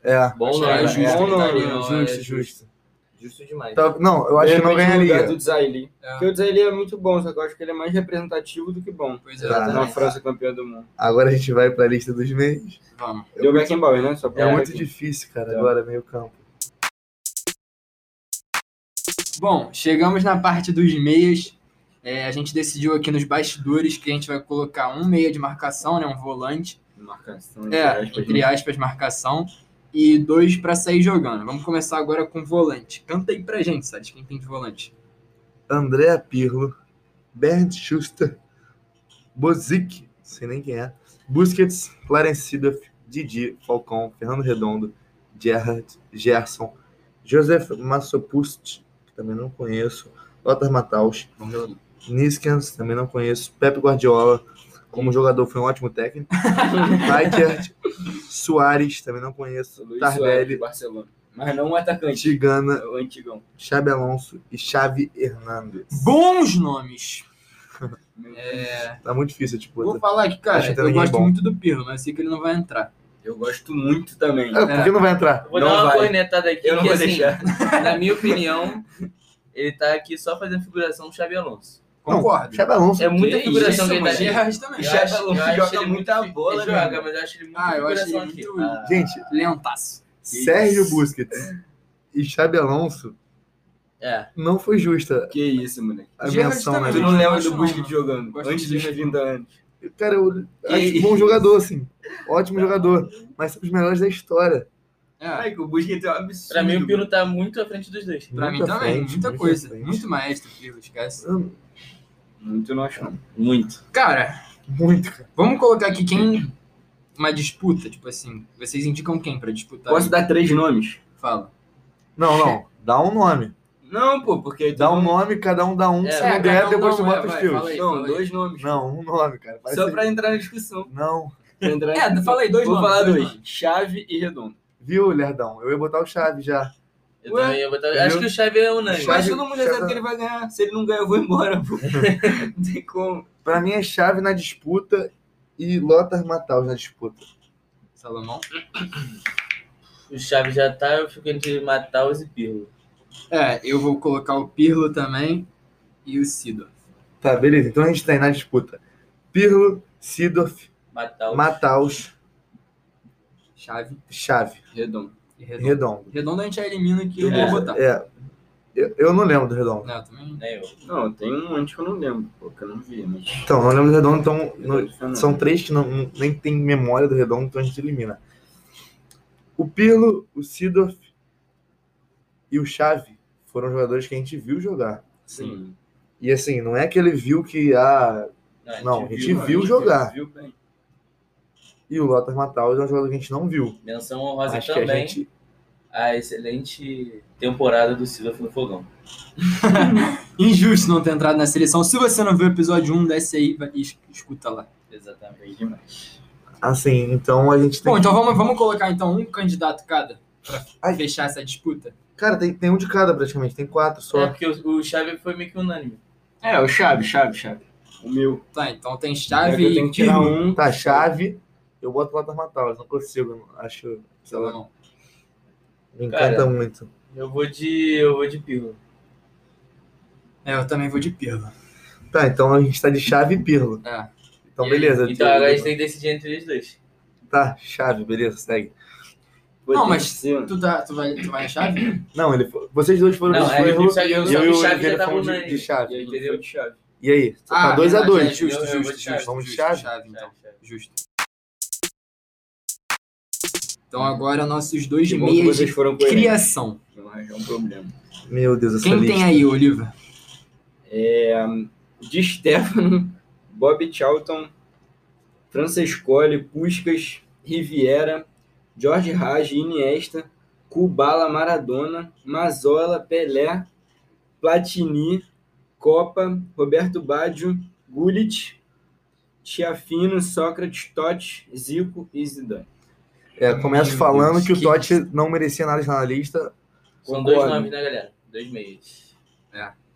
Speaker 3: É.
Speaker 5: Bom
Speaker 1: Achei
Speaker 5: não, é
Speaker 1: justo,
Speaker 5: justo.
Speaker 2: bom
Speaker 5: tá
Speaker 2: nome,
Speaker 5: ali, não,
Speaker 3: justo,
Speaker 5: é
Speaker 3: justo.
Speaker 5: Justo demais.
Speaker 3: Tá- não, eu acho que não
Speaker 2: Depende do um lugar
Speaker 3: ganharia.
Speaker 2: do Zaire.
Speaker 1: É.
Speaker 2: Porque o Zaire é muito bom, só que eu acho que ele é mais representativo do que bom.
Speaker 1: Pois é,
Speaker 3: Tá.
Speaker 2: Na
Speaker 5: Exatamente.
Speaker 2: França campeã do mundo.
Speaker 3: Agora a gente vai pra lista dos meios.
Speaker 1: vamos.
Speaker 2: Deu Beckenbauer, né? Só
Speaker 3: É,
Speaker 2: pra
Speaker 3: muito difícil, cara,
Speaker 2: Tá.
Speaker 3: agora meio campo.
Speaker 1: Bom, chegamos na parte dos meias. É, a gente decidiu aqui nos bastidores que a gente vai colocar um meia de marcação, né, um volante,
Speaker 2: Marcação,
Speaker 1: é,
Speaker 2: aspas, né?
Speaker 5: né?
Speaker 1: entre aspas, marcação, e dois pra sair jogando. Vamos começar agora com o volante. Canta aí pra gente, sabe, quem tem de volante.
Speaker 3: André Pirlo, Bernd Schuster, Bozic, sei nem quem é, Busquets, Clarence Seedorf, Didi, Falcão, Fernando Redondo, Gerrard, Gerson, Joseph Massopust, que também não conheço, Lothar Matthaus,
Speaker 1: Bom jogador.
Speaker 3: Niskens, também não conheço, Pepe Guardiola, como jogador foi um ótimo técnico, Rijkaard, Soares, também não conheço,
Speaker 2: Luiz Soares, é do
Speaker 3: Tardelli,
Speaker 2: Barcelona. Mas não um atacante,
Speaker 3: Tigana,
Speaker 2: o antigão.
Speaker 3: Xabi Alonso e Xavi Hernandes.
Speaker 1: Bons nomes.
Speaker 3: Tá muito difícil, tipo,
Speaker 1: É. Vou falar que,
Speaker 3: Acho
Speaker 1: cara,
Speaker 3: que
Speaker 1: eu
Speaker 3: também é
Speaker 1: gosto
Speaker 3: bom.
Speaker 1: muito do Pirlo, mas eu sei que ele não vai entrar.
Speaker 2: Eu gosto muito também.
Speaker 3: Ah, por que não vai entrar?
Speaker 5: Vou
Speaker 2: Não
Speaker 5: dar uma
Speaker 2: vai.
Speaker 5: cornetada aqui,
Speaker 2: Eu não
Speaker 5: que
Speaker 2: vou
Speaker 5: assim,
Speaker 2: deixar.
Speaker 5: na minha opinião, ele tá aqui só fazendo figuração do Xabi Alonso.
Speaker 1: Concordo.
Speaker 3: Xabi Alonso.
Speaker 5: É muita
Speaker 1: Que
Speaker 5: figuração
Speaker 1: isso,
Speaker 5: que ele tá
Speaker 1: mano.
Speaker 5: aqui.
Speaker 1: Gerrard também.
Speaker 5: Eu
Speaker 2: Xabi
Speaker 5: acho, eu
Speaker 2: Alonso
Speaker 5: acho
Speaker 2: joga
Speaker 5: ele
Speaker 2: muita
Speaker 5: muito,
Speaker 2: bola,
Speaker 5: ele joga,
Speaker 2: mano.
Speaker 5: mas eu acho ele muito
Speaker 1: Ah, eu acho
Speaker 5: figuração
Speaker 1: ele
Speaker 5: aqui.
Speaker 1: muito
Speaker 3: Gente,
Speaker 1: Ah, lentaço.
Speaker 3: Sérgio Busquets e Xabi Alonso
Speaker 5: É,
Speaker 3: não foi justa
Speaker 2: Que isso, moleque.
Speaker 3: a
Speaker 1: Gerrard
Speaker 3: menção, né?
Speaker 1: também.
Speaker 2: Tu
Speaker 3: gente?
Speaker 2: não lembra
Speaker 1: Gosto
Speaker 2: do
Speaker 1: não,
Speaker 2: Busquets
Speaker 1: mano.
Speaker 2: jogando
Speaker 1: Gosto
Speaker 2: antes
Speaker 1: de
Speaker 2: dos
Speaker 1: Gerrard.
Speaker 2: 30 anos.
Speaker 3: Cara, eu acho
Speaker 2: Que
Speaker 3: bom jogador, assim. Ótimo jogador. Mas são os melhores da história.
Speaker 1: É,
Speaker 2: Ai, que o Busquets é um absurdo.
Speaker 5: pra mim o
Speaker 2: piloto.
Speaker 5: Pirlo tá muito à frente dos dois.
Speaker 1: pra mim
Speaker 3: Muito à
Speaker 1: também,
Speaker 3: frente,
Speaker 1: muita
Speaker 3: muito à
Speaker 1: coisa.
Speaker 3: frente.
Speaker 1: Muito maestro, Pirlo, esquece.
Speaker 3: Hum,
Speaker 2: Muito não acho, não.
Speaker 5: Muito.
Speaker 1: Cara,
Speaker 3: Muito, cara.
Speaker 1: vamos colocar aqui quem. Uma disputa, tipo assim. Vocês indicam quem pra disputar?
Speaker 2: Posso dar três nomes?
Speaker 1: Fala.
Speaker 3: Não, não. Dá um nome.
Speaker 2: Não, pô, porque aí tu
Speaker 3: Dá um
Speaker 2: não-
Speaker 3: nome, cada um dá um.
Speaker 5: É,
Speaker 3: Se
Speaker 5: é,
Speaker 3: não der,
Speaker 1: cada um
Speaker 3: depois
Speaker 1: dá
Speaker 3: tu
Speaker 1: um, é,
Speaker 3: bota os
Speaker 1: vai, fala
Speaker 3: teus.
Speaker 1: aí.
Speaker 2: Não, dois nomes.
Speaker 3: Não, um nome, cara. Vai
Speaker 2: Só
Speaker 3: ser-
Speaker 2: pra entrar na discussão.
Speaker 3: Não.
Speaker 2: Pra entrar na
Speaker 1: É, fala aí, dois
Speaker 2: Vou
Speaker 1: nomes,
Speaker 2: falar
Speaker 1: dois
Speaker 2: dois.
Speaker 1: nomes.
Speaker 2: Chave e Redondo.
Speaker 3: Viu, Lerdão? Eu ia botar o Chave já.
Speaker 5: Eu
Speaker 2: Ué,
Speaker 5: também ia botar.
Speaker 3: entendeu?
Speaker 5: Acho que o Xabi é unânime.
Speaker 3: Xavi-
Speaker 2: Mas todo mundo já sabe
Speaker 3: Chave-
Speaker 2: que ele vai ganhar. Se ele não ganhar, eu vou embora, pô. não tem como.
Speaker 3: Pra mim é Chave na disputa e Lothar Matthaus na disputa.
Speaker 1: Salomão.
Speaker 5: O Xavi já tá, eu fico entre Matheus e Pirlo.
Speaker 1: É, eu vou colocar o Pirlo também e o Sido.
Speaker 3: Tá, beleza. Então a gente tá aí na disputa. Pirlo, Sidorf,
Speaker 5: Matheus.
Speaker 3: Matthaus,
Speaker 1: Chave
Speaker 3: Chave,
Speaker 2: Redondo.
Speaker 1: e Redondo.
Speaker 3: Redondo.
Speaker 1: Redondo a gente elimina que eu
Speaker 5: É.
Speaker 1: vou botar.
Speaker 3: É. Eu, eu não lembro do Redondo.
Speaker 1: Não, também.
Speaker 5: Né, eu.
Speaker 2: Não, tem um antes que eu não lembro, pô, que eu não vi, mas.
Speaker 3: Então, não lembro do Redondo, então no-
Speaker 2: Redondo,
Speaker 3: são três que não, não- nem tem memória do Redondo, então a gente elimina. O Pirlo, o Sidorf e o Chave foram jogadores que a gente viu jogar.
Speaker 2: Sim.
Speaker 3: E assim, não é que ele viu que ah, a. Não, a gente viu jogar.
Speaker 2: Viu bem.
Speaker 3: E o Lothar Matthaus é um jogador que a gente não viu.
Speaker 5: Menção honrosa
Speaker 3: Acho que a
Speaker 5: também a,
Speaker 3: gente.
Speaker 5: excelente temporada do Sidoff no Fogão.
Speaker 1: Injusto não ter entrado na seleção. Se você não viu o episódio 1, desce aí vai- e es- escuta lá.
Speaker 5: Exatamente.
Speaker 2: Bem demais.
Speaker 3: Assim, então a gente tem.
Speaker 1: Bom, então vamos, vamos colocar então um candidato cada pra
Speaker 3: Ai.
Speaker 1: fechar essa disputa.
Speaker 3: Cara, tem, tem um de cada praticamente, tem quatro só.
Speaker 5: É porque o, o Xavi foi meio que unânime.
Speaker 2: É, o Chave, Chave, Chave. O meu.
Speaker 1: Tá, então tem
Speaker 2: É que eu
Speaker 1: chave
Speaker 2: tenho
Speaker 1: e
Speaker 2: que tirar
Speaker 1: Pirlo.
Speaker 2: um.
Speaker 3: Tá, chave. Eu boto Lothar Matthaus, não consigo, não- acho. Sei lá,
Speaker 1: Salomão.
Speaker 3: me
Speaker 5: Cara.
Speaker 3: encanta muito.
Speaker 5: Eu vou de. Eu vou de Pirlo.
Speaker 1: É, eu também vou de Pirlo.
Speaker 3: Tá, então a gente tá de chave e pirlo.
Speaker 1: É.
Speaker 3: Então,
Speaker 1: E aí?
Speaker 3: beleza. eu
Speaker 5: Então
Speaker 3: tiro-
Speaker 5: agora a gente tem que decidir entre eles dois.
Speaker 3: Tá, chave, beleza, segue.
Speaker 1: Não,
Speaker 2: Pode
Speaker 1: mas
Speaker 2: ser. um.
Speaker 1: Tu, tá, tu, vai, tu vai na chave?
Speaker 3: Não, ele fo- vocês dois foram
Speaker 5: Não,
Speaker 3: de
Speaker 5: é,
Speaker 3: pirlo
Speaker 5: eu só- eu
Speaker 3: e
Speaker 5: só
Speaker 3: eu
Speaker 5: vi
Speaker 3: e o
Speaker 5: chave,
Speaker 3: Oliveira
Speaker 5: já tava
Speaker 3: fomos de,
Speaker 5: unânime.
Speaker 3: de
Speaker 2: E
Speaker 3: chave.
Speaker 2: aí, entendeu? Foi de Chave.
Speaker 3: E aí? Você tá 2x2. Dois a
Speaker 1: verdade,
Speaker 3: dois.
Speaker 1: é justo,
Speaker 5: Eu- eu vou
Speaker 1: justo,
Speaker 5: de chave.
Speaker 1: justo.
Speaker 3: Vamos de
Speaker 1: justo,
Speaker 3: chave?
Speaker 1: então.
Speaker 5: Chave, chave.
Speaker 1: Justo. Então agora nossos dois
Speaker 2: Que bom que
Speaker 1: meias
Speaker 2: vocês
Speaker 1: de
Speaker 2: foram com ele.
Speaker 1: criação.
Speaker 2: Não é um problema.
Speaker 3: Meu Deus, essa
Speaker 1: Quem
Speaker 3: lista.
Speaker 1: tem aí, Oliva?
Speaker 2: de Stefano, Bob Charlton, Francescoli, Puskas, Riviera, Jorge Raj, Iniesta, Kubala, Maradona, Mazola, Pelé, Platini, Copa, Roberto Baggio, Gullit, Tiafino, Sócrates, Totti, Zico e Zidane.
Speaker 3: É, começo
Speaker 1: Meu
Speaker 3: falando
Speaker 1: Deus,
Speaker 3: que o
Speaker 1: que-
Speaker 3: Totti não merecia nada na lista.
Speaker 5: São dois
Speaker 2: Concordo.
Speaker 5: nomes, né, galera? Dois meios.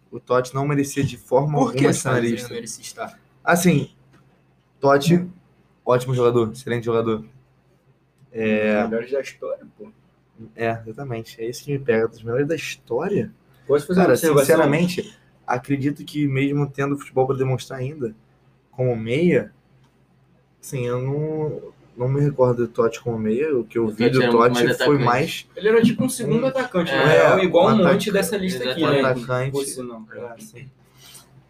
Speaker 3: O Totti não merecia de forma
Speaker 1: Por que
Speaker 3: alguma estar na
Speaker 1: essa
Speaker 3: lista.
Speaker 1: ele se está?
Speaker 3: Assim, Totti, ótimo jogador, excelente jogador.
Speaker 2: É. Melhores da história, pô.
Speaker 3: É, exatamente. É isso que me pega. Dos melhores da história.
Speaker 2: Posso fazer uma
Speaker 3: Cara,
Speaker 2: observação?
Speaker 3: sinceramente, acredito que mesmo tendo futebol para demonstrar ainda, como meia, assim, eu não, não me recordo do Totti como meia. O que eu
Speaker 5: O
Speaker 3: vi do
Speaker 5: Totti era muito
Speaker 3: Totti
Speaker 5: mais
Speaker 3: foi
Speaker 5: atacante.
Speaker 3: mais
Speaker 2: Ele era tipo um segundo
Speaker 3: Um-
Speaker 2: atacante,
Speaker 5: É,
Speaker 2: na real, igual
Speaker 3: um
Speaker 2: um monte
Speaker 3: atacante.
Speaker 2: dessa lista aqui,
Speaker 3: um
Speaker 5: Exatamente.
Speaker 2: né? Por
Speaker 3: atacante.
Speaker 2: sinal.
Speaker 3: assim.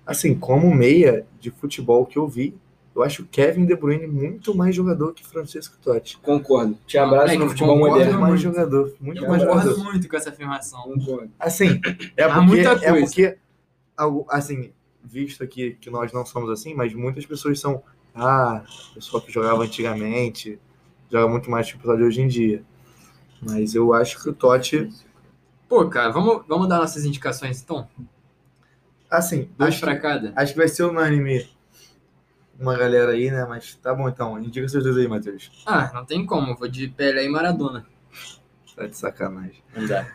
Speaker 3: Assim, como meia de futebol que eu vi, eu acho o Kevin De Bruyne muito mais jogador que Francisco Totti.
Speaker 2: Concordo. Te abraço
Speaker 1: Moleque,
Speaker 2: no futebol
Speaker 1: concordo,
Speaker 3: Muito
Speaker 2: moderno.
Speaker 1: mano.
Speaker 3: mais jogador, muito
Speaker 1: Eu
Speaker 2: Eu concordo.
Speaker 3: mais jogador.
Speaker 1: concordo muito com essa afirmação.
Speaker 2: Concordo.
Speaker 3: Assim, é
Speaker 1: Há
Speaker 3: porque,
Speaker 1: muita
Speaker 3: é
Speaker 1: coisa.
Speaker 3: porque algo- assim, visto aqui que nós não somos assim, mas muitas pessoas são, ah, pessoal que jogava antigamente, joga muito mais que o pessoal de hoje em dia. Mas eu acho que o Totti,
Speaker 1: Pô, cara, vamos, vamos dar nossas indicações, então?
Speaker 3: assim,
Speaker 1: Dois
Speaker 3: acho,
Speaker 1: pra cada.
Speaker 3: acho que vai ser unânime uma galera aí, né? Mas tá bom então, indica seus dois aí, Matheus.
Speaker 1: Ah, não tem como. eu Vou de Pelé e Maradona.
Speaker 3: Tá de sacanagem.
Speaker 5: Não dá.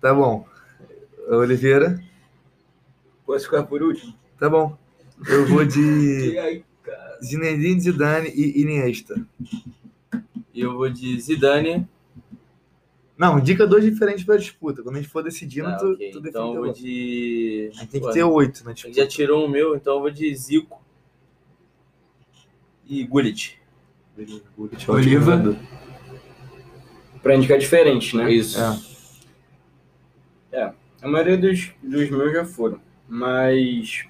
Speaker 3: Tá bom. Oliveira,
Speaker 2: Posso ficar por último?
Speaker 3: tá bom. Eu vou de
Speaker 2: E aí?
Speaker 3: Zinedine Zidane e Iniesta.
Speaker 5: E eu vou de Zidane.
Speaker 3: Não, indica dois diferentes pra disputa. Quando a gente for decidindo,
Speaker 5: Ah,
Speaker 3: tu,
Speaker 5: ok.
Speaker 3: tu defende
Speaker 5: Então eu
Speaker 3: agora.
Speaker 5: vou de.
Speaker 3: A gente tem que
Speaker 5: Ué,
Speaker 3: ter oito né, na
Speaker 5: ele
Speaker 3: disputa.
Speaker 5: já tirou o meu, então eu vou de Zico. E Gullit.
Speaker 3: tipo,
Speaker 1: Oliva.
Speaker 2: Pra indicar diferente, né?
Speaker 5: Isso.
Speaker 3: É.
Speaker 2: A maioria dos, dos meus já foram. Mas.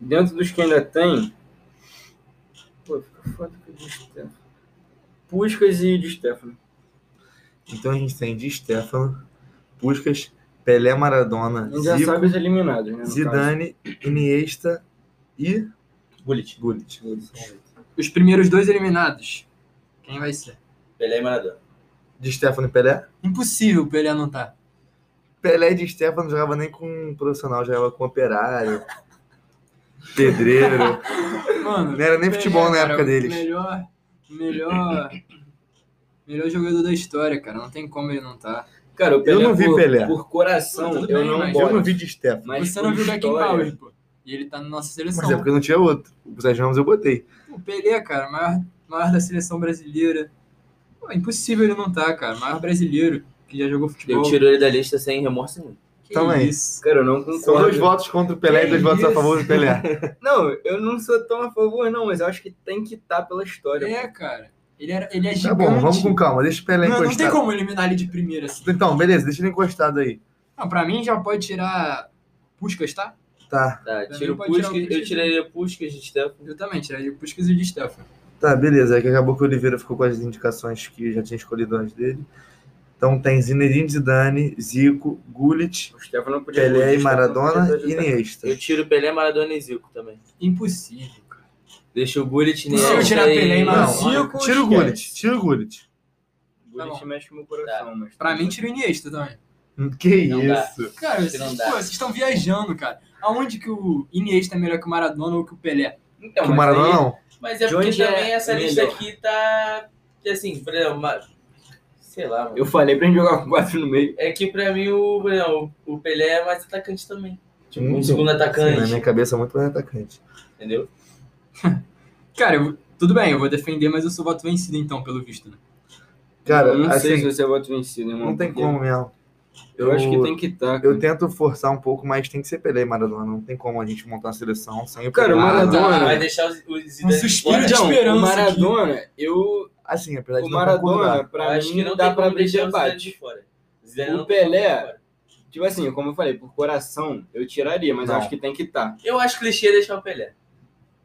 Speaker 2: Dentro dos que ainda tem. Pô, fica foda com o de Stefano. Puskas e de Stefano.
Speaker 3: Então a gente tem de Stefano, Puskas, Pelé
Speaker 2: A
Speaker 3: Maradona,
Speaker 2: gente já
Speaker 3: Zico,
Speaker 2: sabe os eliminados, né? no caso.
Speaker 3: Zidane, Iniesta e
Speaker 5: Gullit.
Speaker 3: Gullit.
Speaker 1: Os primeiros dois eliminados. Quem vai ser?
Speaker 5: Pelé e Maradona.
Speaker 3: De Stefano e Pelé?
Speaker 1: Impossível o Pelé não tá.
Speaker 3: Pelé e de Stefano não jogava nem com um profissional, jogava com operário, pedreiro.
Speaker 1: Mano,
Speaker 3: Não era nem
Speaker 1: Pelé,
Speaker 3: futebol na
Speaker 1: cara,
Speaker 3: época
Speaker 1: o
Speaker 3: deles.
Speaker 1: Melhor, melhor, melhor jogador da história, cara. Não tem como ele não tá.
Speaker 2: Cara, o
Speaker 3: Eu
Speaker 2: Pelé
Speaker 3: não vi
Speaker 2: por,
Speaker 3: Pelé.
Speaker 2: por coração,
Speaker 1: Tudo
Speaker 2: eu
Speaker 1: bem,
Speaker 2: não
Speaker 1: mas
Speaker 2: gosto.
Speaker 3: Eu não vi de Stefano,
Speaker 2: Mas
Speaker 1: Você
Speaker 2: por
Speaker 1: não viu o
Speaker 2: história-
Speaker 1: Beckenbauer, pô. E ele tá na nossa seleção.
Speaker 3: mas é porque não tinha outro. O Sérgio Ramos eu botei.
Speaker 1: O Pelé, cara, maior, maior da seleção brasileira. Pô, é impossível ele não tá, cara. Maior brasileiro que já jogou
Speaker 5: Eu
Speaker 1: futebol.
Speaker 5: tiro ele da lista sem remorso nenhum.
Speaker 1: Que
Speaker 3: Também.
Speaker 1: isso.
Speaker 2: Cara, eu não
Speaker 3: São dois
Speaker 2: concordo.
Speaker 3: votos contra o Pelé e
Speaker 2: Que
Speaker 3: dois votos a
Speaker 2: isso?
Speaker 3: favor do Pelé.
Speaker 2: Não, eu não sou tão a favor, não, mas eu acho que tem que estar pela história.
Speaker 1: É, cara. Ele, era, ele é
Speaker 3: Tá
Speaker 1: gigante.
Speaker 3: bom, vamos com calma, deixa o Pelé
Speaker 1: não, não tem
Speaker 3: encostado.
Speaker 1: como eliminar ele de primeira, assim.
Speaker 3: Então, beleza, deixa ele encostado aí.
Speaker 1: Não, pra mim já pode tirar Puskas, tá?
Speaker 3: Tá,
Speaker 5: Tá,
Speaker 1: Também
Speaker 5: tiro o
Speaker 1: pode tirar
Speaker 5: Puskas.
Speaker 1: o Puskas.
Speaker 5: Eu tiraria Puskas de Stefano.
Speaker 1: Eu também tiraria Puskas e o Di Stefano.
Speaker 3: tá, beleza. É que acabou que o Oliveira ficou com as indicações que já tinha escolhido antes dele. Então tem Zinedine Zidane, Zico, Gullit,
Speaker 2: O Stefano não podia
Speaker 3: Pelé e
Speaker 2: o Stefano
Speaker 3: Maradona
Speaker 2: não podia
Speaker 3: e
Speaker 2: ter-
Speaker 3: Iniesta.
Speaker 5: Eu tiro Pelé, Maradona e Zico também.
Speaker 1: Impossível, cara.
Speaker 5: Deixa o Gullit
Speaker 1: Não,
Speaker 5: Iniesta
Speaker 1: eu tirar Pelé e
Speaker 3: Não,
Speaker 1: Maradona.
Speaker 2: Zico,
Speaker 3: tira o
Speaker 2: esquece.
Speaker 3: Gullit, tira o Gullit.
Speaker 2: Gullit
Speaker 1: Tá bom.
Speaker 2: mexe com o meu coração, mas...
Speaker 1: Pra mim, tira o Iniesta também.
Speaker 3: Hum, Que
Speaker 5: Não dá.
Speaker 3: isso.
Speaker 1: Cara,
Speaker 5: Acho que
Speaker 1: vocês,
Speaker 5: não
Speaker 1: pô,
Speaker 5: dá.
Speaker 1: vocês estão viajando, cara. Aonde que o Iniesta é melhor que o Maradona ou que o Pelé?
Speaker 5: Então,
Speaker 3: Que o
Speaker 5: mas
Speaker 3: Maradona
Speaker 5: aí-
Speaker 3: não.
Speaker 5: Mas é
Speaker 2: De
Speaker 5: porque
Speaker 2: onde é
Speaker 5: também essa lista
Speaker 2: melhor?
Speaker 5: aqui tá. que Assim, por exemplo, ma- sei lá, mano.
Speaker 2: Eu falei pra gente jogar com quatro no meio.
Speaker 5: É que pra mim o, por exemplo, o Pelé é mais atacante também. Tipo, um
Speaker 3: Muito.
Speaker 5: segundo
Speaker 3: Sim, né? na
Speaker 5: atacante,
Speaker 3: minha cabeça, é muito mais atacante.
Speaker 5: entendeu?
Speaker 1: Cara, eu- tudo bem, eu vou defender, mas eu sou voto vencido então, pelo visto, né?
Speaker 3: Cara,
Speaker 2: eu não sei se
Speaker 3: assim,
Speaker 2: você é voto vencido, irmão.
Speaker 3: não tem
Speaker 2: porque
Speaker 3: como mesmo.
Speaker 2: Eu, acho que tem que tá. estar.
Speaker 3: Eu tento forçar um pouco, mas tem que ser Pelé e Maradona. Não tem como a gente montar uma seleção sem o
Speaker 2: Cara,
Speaker 3: Pelé.
Speaker 2: o Maradona-
Speaker 1: é.
Speaker 5: tá, vai deixar os, os
Speaker 1: Um
Speaker 5: Zidane
Speaker 1: suspiro
Speaker 5: fora.
Speaker 1: de
Speaker 2: Então,
Speaker 1: esperança
Speaker 2: o Maradona, eu...
Speaker 3: Assim, apesar de
Speaker 2: O
Speaker 3: não concordar.
Speaker 2: Maradona,
Speaker 5: Eu
Speaker 2: pra
Speaker 5: acho que
Speaker 2: mim,
Speaker 5: não
Speaker 2: não
Speaker 5: dá
Speaker 2: dá
Speaker 5: tem pra
Speaker 2: pra
Speaker 5: como
Speaker 2: abrir
Speaker 5: deixar o Zidane de
Speaker 2: debate.
Speaker 5: fora. Zidane
Speaker 2: O
Speaker 5: não tem como
Speaker 2: Pelé-
Speaker 5: deixar fora.
Speaker 2: Tipo assim, como eu falei, por coração, eu tiraria, mas eu
Speaker 3: Não.
Speaker 2: acho que tem que tá. estar.
Speaker 5: Eu acho clichê deixar o Pelé.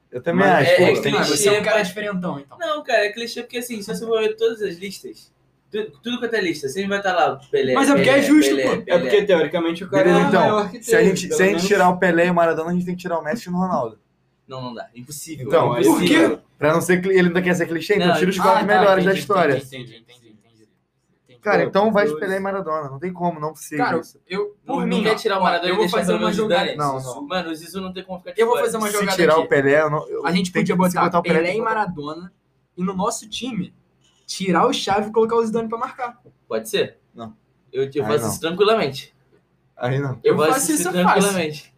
Speaker 3: Eu também
Speaker 2: Mas
Speaker 3: acho.
Speaker 5: é-
Speaker 3: pô.
Speaker 5: é que tem
Speaker 1: Ah, você é um
Speaker 5: Iniesta-
Speaker 1: cara diferentão, então.
Speaker 5: Não, cara, é clichê porque assim, se você for ver todas as listas, tu- tudo quanto é lista, sempre vai estar lá o Pelé.
Speaker 1: Mas é porque
Speaker 5: Pelé,
Speaker 1: é justo,
Speaker 5: Pelé,
Speaker 1: pô.
Speaker 2: É
Speaker 5: Pelé.
Speaker 2: porque, teoricamente, o cara
Speaker 3: Beleza,
Speaker 2: é o
Speaker 3: então,
Speaker 2: maior que
Speaker 3: Se a
Speaker 2: teve,
Speaker 3: gente,
Speaker 2: pelo
Speaker 3: se a gente
Speaker 2: menos-
Speaker 3: tirar o Pelé e o Maradona, a gente tem que tirar o Messi e o Ronaldo.
Speaker 5: Não, não dá. Impossível.
Speaker 3: Então,
Speaker 5: é impossível.
Speaker 1: por quê?
Speaker 3: Pra não ser cli- ele ainda quer ser clichê, então
Speaker 5: Não,
Speaker 3: tira os
Speaker 5: ah,
Speaker 3: quatro
Speaker 5: tá,
Speaker 3: melhores da
Speaker 5: entendi,
Speaker 3: história.
Speaker 1: Entendi, entendi, entendi. entendi. gente.
Speaker 3: Cara,
Speaker 2: Pô,
Speaker 3: então vai
Speaker 2: dois.
Speaker 3: esperar em Maradona. Não tem como não ser
Speaker 1: Cara,
Speaker 3: isso.
Speaker 1: eu,
Speaker 4: Não, não
Speaker 1: por mim,
Speaker 4: quer
Speaker 1: ó,
Speaker 4: tirar o Maradona
Speaker 1: eu
Speaker 4: e
Speaker 1: vou
Speaker 4: deixar
Speaker 1: fazer
Speaker 4: pelo
Speaker 1: uma
Speaker 4: menos o
Speaker 1: jogada.
Speaker 4: Dani.
Speaker 3: Não, não.
Speaker 4: Mano, o Zizu não tem como ficar de
Speaker 1: Eu vou
Speaker 4: fora.
Speaker 1: fazer uma
Speaker 3: Se
Speaker 1: jogada
Speaker 3: tirar o
Speaker 1: aqui.
Speaker 3: Pelé, eu não, eu
Speaker 1: A gente
Speaker 3: tem que-
Speaker 1: podia
Speaker 3: se botar
Speaker 1: botar
Speaker 3: o Pelé,
Speaker 1: Pelé
Speaker 3: tem
Speaker 1: e
Speaker 3: que botar-
Speaker 1: Maradona e no nosso time tirar o Chave e colocar o Zidane pra marcar.
Speaker 5: Pode ser?
Speaker 3: Não.
Speaker 5: Eu, eu
Speaker 3: Aí
Speaker 5: faço
Speaker 3: não.
Speaker 5: isso tranquilamente.
Speaker 3: Aí não.
Speaker 1: Eu
Speaker 5: faço,
Speaker 1: faço
Speaker 5: isso
Speaker 1: isso fácil.
Speaker 5: tranquilamente.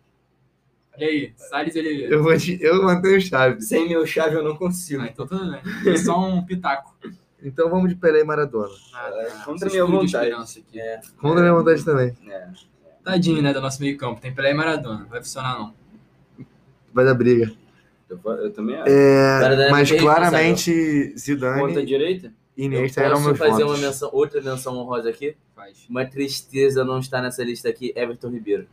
Speaker 1: E aí, Salles e Oliveira?
Speaker 3: Eu, vou te- eu mantenho o Chaves.
Speaker 2: Sem meu chave eu não consigo.
Speaker 1: Ah, então tudo bem. Foi só um pitaco.
Speaker 3: Então vamos de Pelé e Maradona.
Speaker 1: Ah,
Speaker 2: É, contra
Speaker 1: vocês
Speaker 2: minha
Speaker 1: tudo de
Speaker 2: vontade.
Speaker 1: esperança aqui.
Speaker 3: Contra a minha vontade também.
Speaker 2: É.
Speaker 1: Tadinho, né, do nosso meio campo. Tem Pelé e Maradona. Vai funcionar, não.
Speaker 3: Vai dar briga.
Speaker 2: Eu, então eu também acho.
Speaker 3: É,
Speaker 5: Maradona
Speaker 3: mas
Speaker 5: é bem
Speaker 3: claramente
Speaker 2: Conta
Speaker 3: Zidane
Speaker 2: direita?
Speaker 3: e
Speaker 5: Eu
Speaker 3: Iniesta eram
Speaker 5: posso
Speaker 3: meus
Speaker 5: fazer uma
Speaker 3: votos.
Speaker 5: menção, outra menção honrosa aqui?
Speaker 1: Faz.
Speaker 5: Uma tristeza não estar nessa lista aqui, Everton Ribeiro.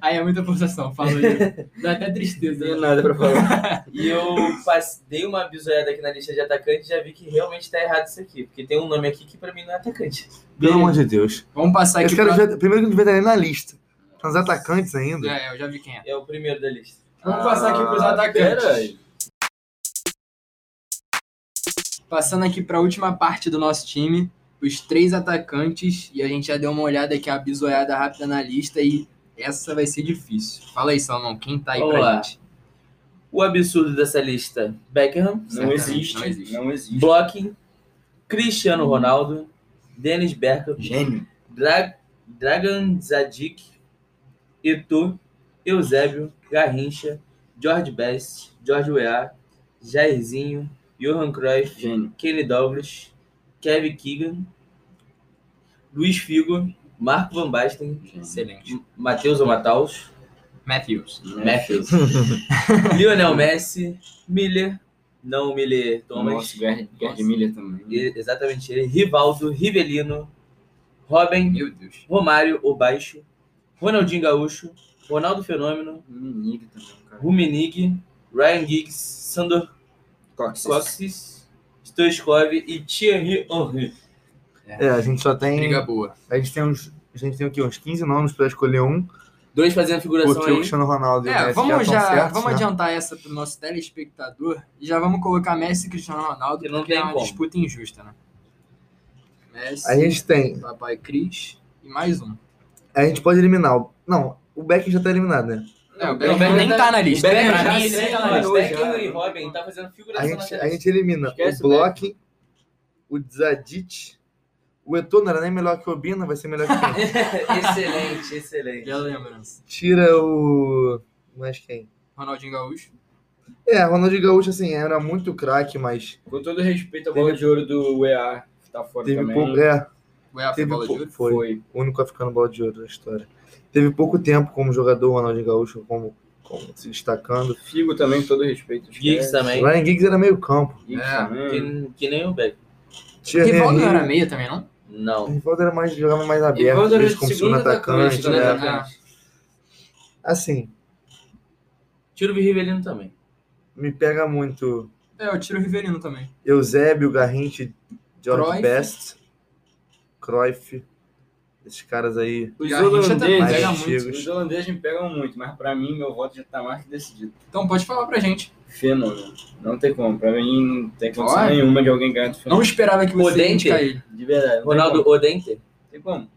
Speaker 1: aí é muita pulsação. Fala aí. Dá até
Speaker 2: Não tenho
Speaker 1: tristeza. né?
Speaker 2: nada pra falar.
Speaker 5: E eu passe- dei uma bisoiada aqui na lista de atacante e já vi que realmente tá errado isso aqui. Porque tem um nome aqui que pra mim não é atacante.
Speaker 3: Pelo amor de Deus.
Speaker 1: Vamos passar aqui
Speaker 3: Esse cara
Speaker 1: pra...
Speaker 3: devia- primeiro que não devia estar nem na lista. São os atacantes ainda.
Speaker 1: É, eu já vi quem é.
Speaker 5: É o primeiro da lista.
Speaker 1: Vamos passar aqui pros
Speaker 2: Ah,
Speaker 1: atacantes.
Speaker 2: peraí.
Speaker 1: Passando aqui para a última parte do nosso time, os três atacantes, e a gente já deu uma olhada aqui, uma bisoiada rápida na lista, e essa vai ser difícil. Fala aí, Salomão, quem tá aí
Speaker 5: Vamos
Speaker 1: pra
Speaker 5: lá.
Speaker 1: gente?
Speaker 5: O absurdo dessa lista: Beckham,
Speaker 2: Não
Speaker 1: Certamente,
Speaker 2: existe.
Speaker 1: não existe.
Speaker 2: Não existe.
Speaker 5: Block, Cristiano Ronaldo, Dennis Bergkamp,
Speaker 2: Gênio.
Speaker 5: Dra Dragan Zadik, Eto, Eusébio, Garrincha, George Best, George Weah, Jairzinho, Johan Cruyff,
Speaker 2: Gênio.
Speaker 5: Kenny Douglas, Kevin Keegan, Luiz Figo, Marco Van Basten,
Speaker 1: Excelente.
Speaker 5: Matheus Mataus,
Speaker 1: Matthews.
Speaker 2: né?
Speaker 5: Matthews, Lionel Messi, Miller, não o Miller Thomas,
Speaker 2: Nossa, Gerd, Gerd Miller também. né?
Speaker 5: ele- exatamente ele, Rivaldo, Rivelino, Robin,
Speaker 1: Meu Deus.
Speaker 5: Romário, o Baixo, Ronaldinho Gaúcho, Ronaldo Fenômeno,
Speaker 2: Menino também, cara.
Speaker 5: Rumenig, Ryan Giggs, Sandor
Speaker 2: Cox.
Speaker 5: Coxis, Stoichkov e Thierry Henry.
Speaker 3: É, a gente só tem.
Speaker 1: Briga boa.
Speaker 3: A gente tem uns. A gente tem o quê? Uns 15 nomes pra escolher um.
Speaker 5: Dois fazendo figuração
Speaker 3: Porque o
Speaker 5: aí.
Speaker 3: Cristiano Ronaldo e o
Speaker 1: É,
Speaker 3: Messi
Speaker 1: vamos
Speaker 3: estão
Speaker 1: já,
Speaker 3: certos,
Speaker 1: vamos
Speaker 3: né?
Speaker 1: adiantar essa pro nosso telespectador, e já vamos colocar Messi e Cristiano Ronaldo,
Speaker 5: Que não
Speaker 1: porque é
Speaker 5: tem
Speaker 1: uma
Speaker 5: como.
Speaker 1: disputa injusta, né? Messi,
Speaker 3: A gente tem.
Speaker 1: papai Cris, e mais um.
Speaker 3: A gente pode eliminar. o- Não, o Beck já tá eliminado, né?
Speaker 1: Não, o
Speaker 2: Beckham
Speaker 1: Beckham nem tá na lista.
Speaker 2: Beckham
Speaker 1: Pra
Speaker 2: já
Speaker 1: mim,
Speaker 2: nem
Speaker 1: ele
Speaker 2: tá
Speaker 1: nem tá
Speaker 2: na
Speaker 1: na lista.
Speaker 2: lista.
Speaker 5: Beckham e Robin tá fazendo
Speaker 3: A
Speaker 5: figuração
Speaker 3: gente,
Speaker 5: na
Speaker 3: a gente elimina
Speaker 2: Esquece
Speaker 3: o
Speaker 2: o
Speaker 3: Bloch, o Zadit. O Eto'o não era nem melhor que o Obina, vai ser melhor que quem?
Speaker 5: Excelente, excelente.
Speaker 1: Bela lembrança.
Speaker 3: Tira o. Mas quem?
Speaker 1: Ronaldinho Gaúcho.
Speaker 3: É, Ronaldinho Gaúcho, assim, era muito craque, mas
Speaker 2: Com todo respeito, a bola de ouro do UEA tá fora
Speaker 3: teve
Speaker 2: também.
Speaker 3: pouco. É,
Speaker 1: Goiás foi
Speaker 3: teve
Speaker 1: bola de
Speaker 3: pou-
Speaker 1: ouro.
Speaker 3: Foi.
Speaker 2: Foi.
Speaker 3: O único a ficar no balde de ouro da história. Teve pouco tempo como jogador, o Ronaldinho Gaúcho, como, como se destacando.
Speaker 2: Figo também, com todo respeito.
Speaker 5: Giggs
Speaker 2: esquece.
Speaker 5: também,
Speaker 3: Ryan Giggs era meio campo.
Speaker 2: Giggs
Speaker 1: É,
Speaker 2: também.
Speaker 5: que, que nem o Beckham.
Speaker 3: Thierry
Speaker 1: Rivaldo não
Speaker 3: Henry-
Speaker 1: era meia também, não?
Speaker 5: Não.
Speaker 3: Rivaldo era mais, jogava mais aberto,
Speaker 2: Rivaldo
Speaker 3: às
Speaker 2: era
Speaker 3: vezes como
Speaker 2: é segundo
Speaker 3: segundo atacante.
Speaker 2: atacante, né?
Speaker 3: né? Assim,
Speaker 5: Tiro o Rivelino também.
Speaker 3: me pega muito
Speaker 1: É, eu tiro o Riverino também.
Speaker 3: Eusébio, Garrincha, George
Speaker 1: Cruyff.
Speaker 3: Best, Cruyff, esses caras aí.
Speaker 2: Os
Speaker 1: Garrincha também
Speaker 2: holandeses,
Speaker 1: pega
Speaker 3: mais
Speaker 1: muito.
Speaker 3: antigos.
Speaker 2: os holandeses me pegam muito, mas pra mim, meu voto já tá mais que decidido.
Speaker 1: Então pode falar pra gente.
Speaker 2: Fenômeno. Não tem como. Pra mim, não tem condição
Speaker 1: Olha.
Speaker 2: nenhuma de alguém ganhar do
Speaker 1: Não
Speaker 2: fenômeno.
Speaker 1: esperava que você
Speaker 5: Podente.
Speaker 1: indicar ele.
Speaker 2: De verdade. não tem
Speaker 5: Ronaldo
Speaker 2: como.
Speaker 5: Odente.
Speaker 2: Não tem como.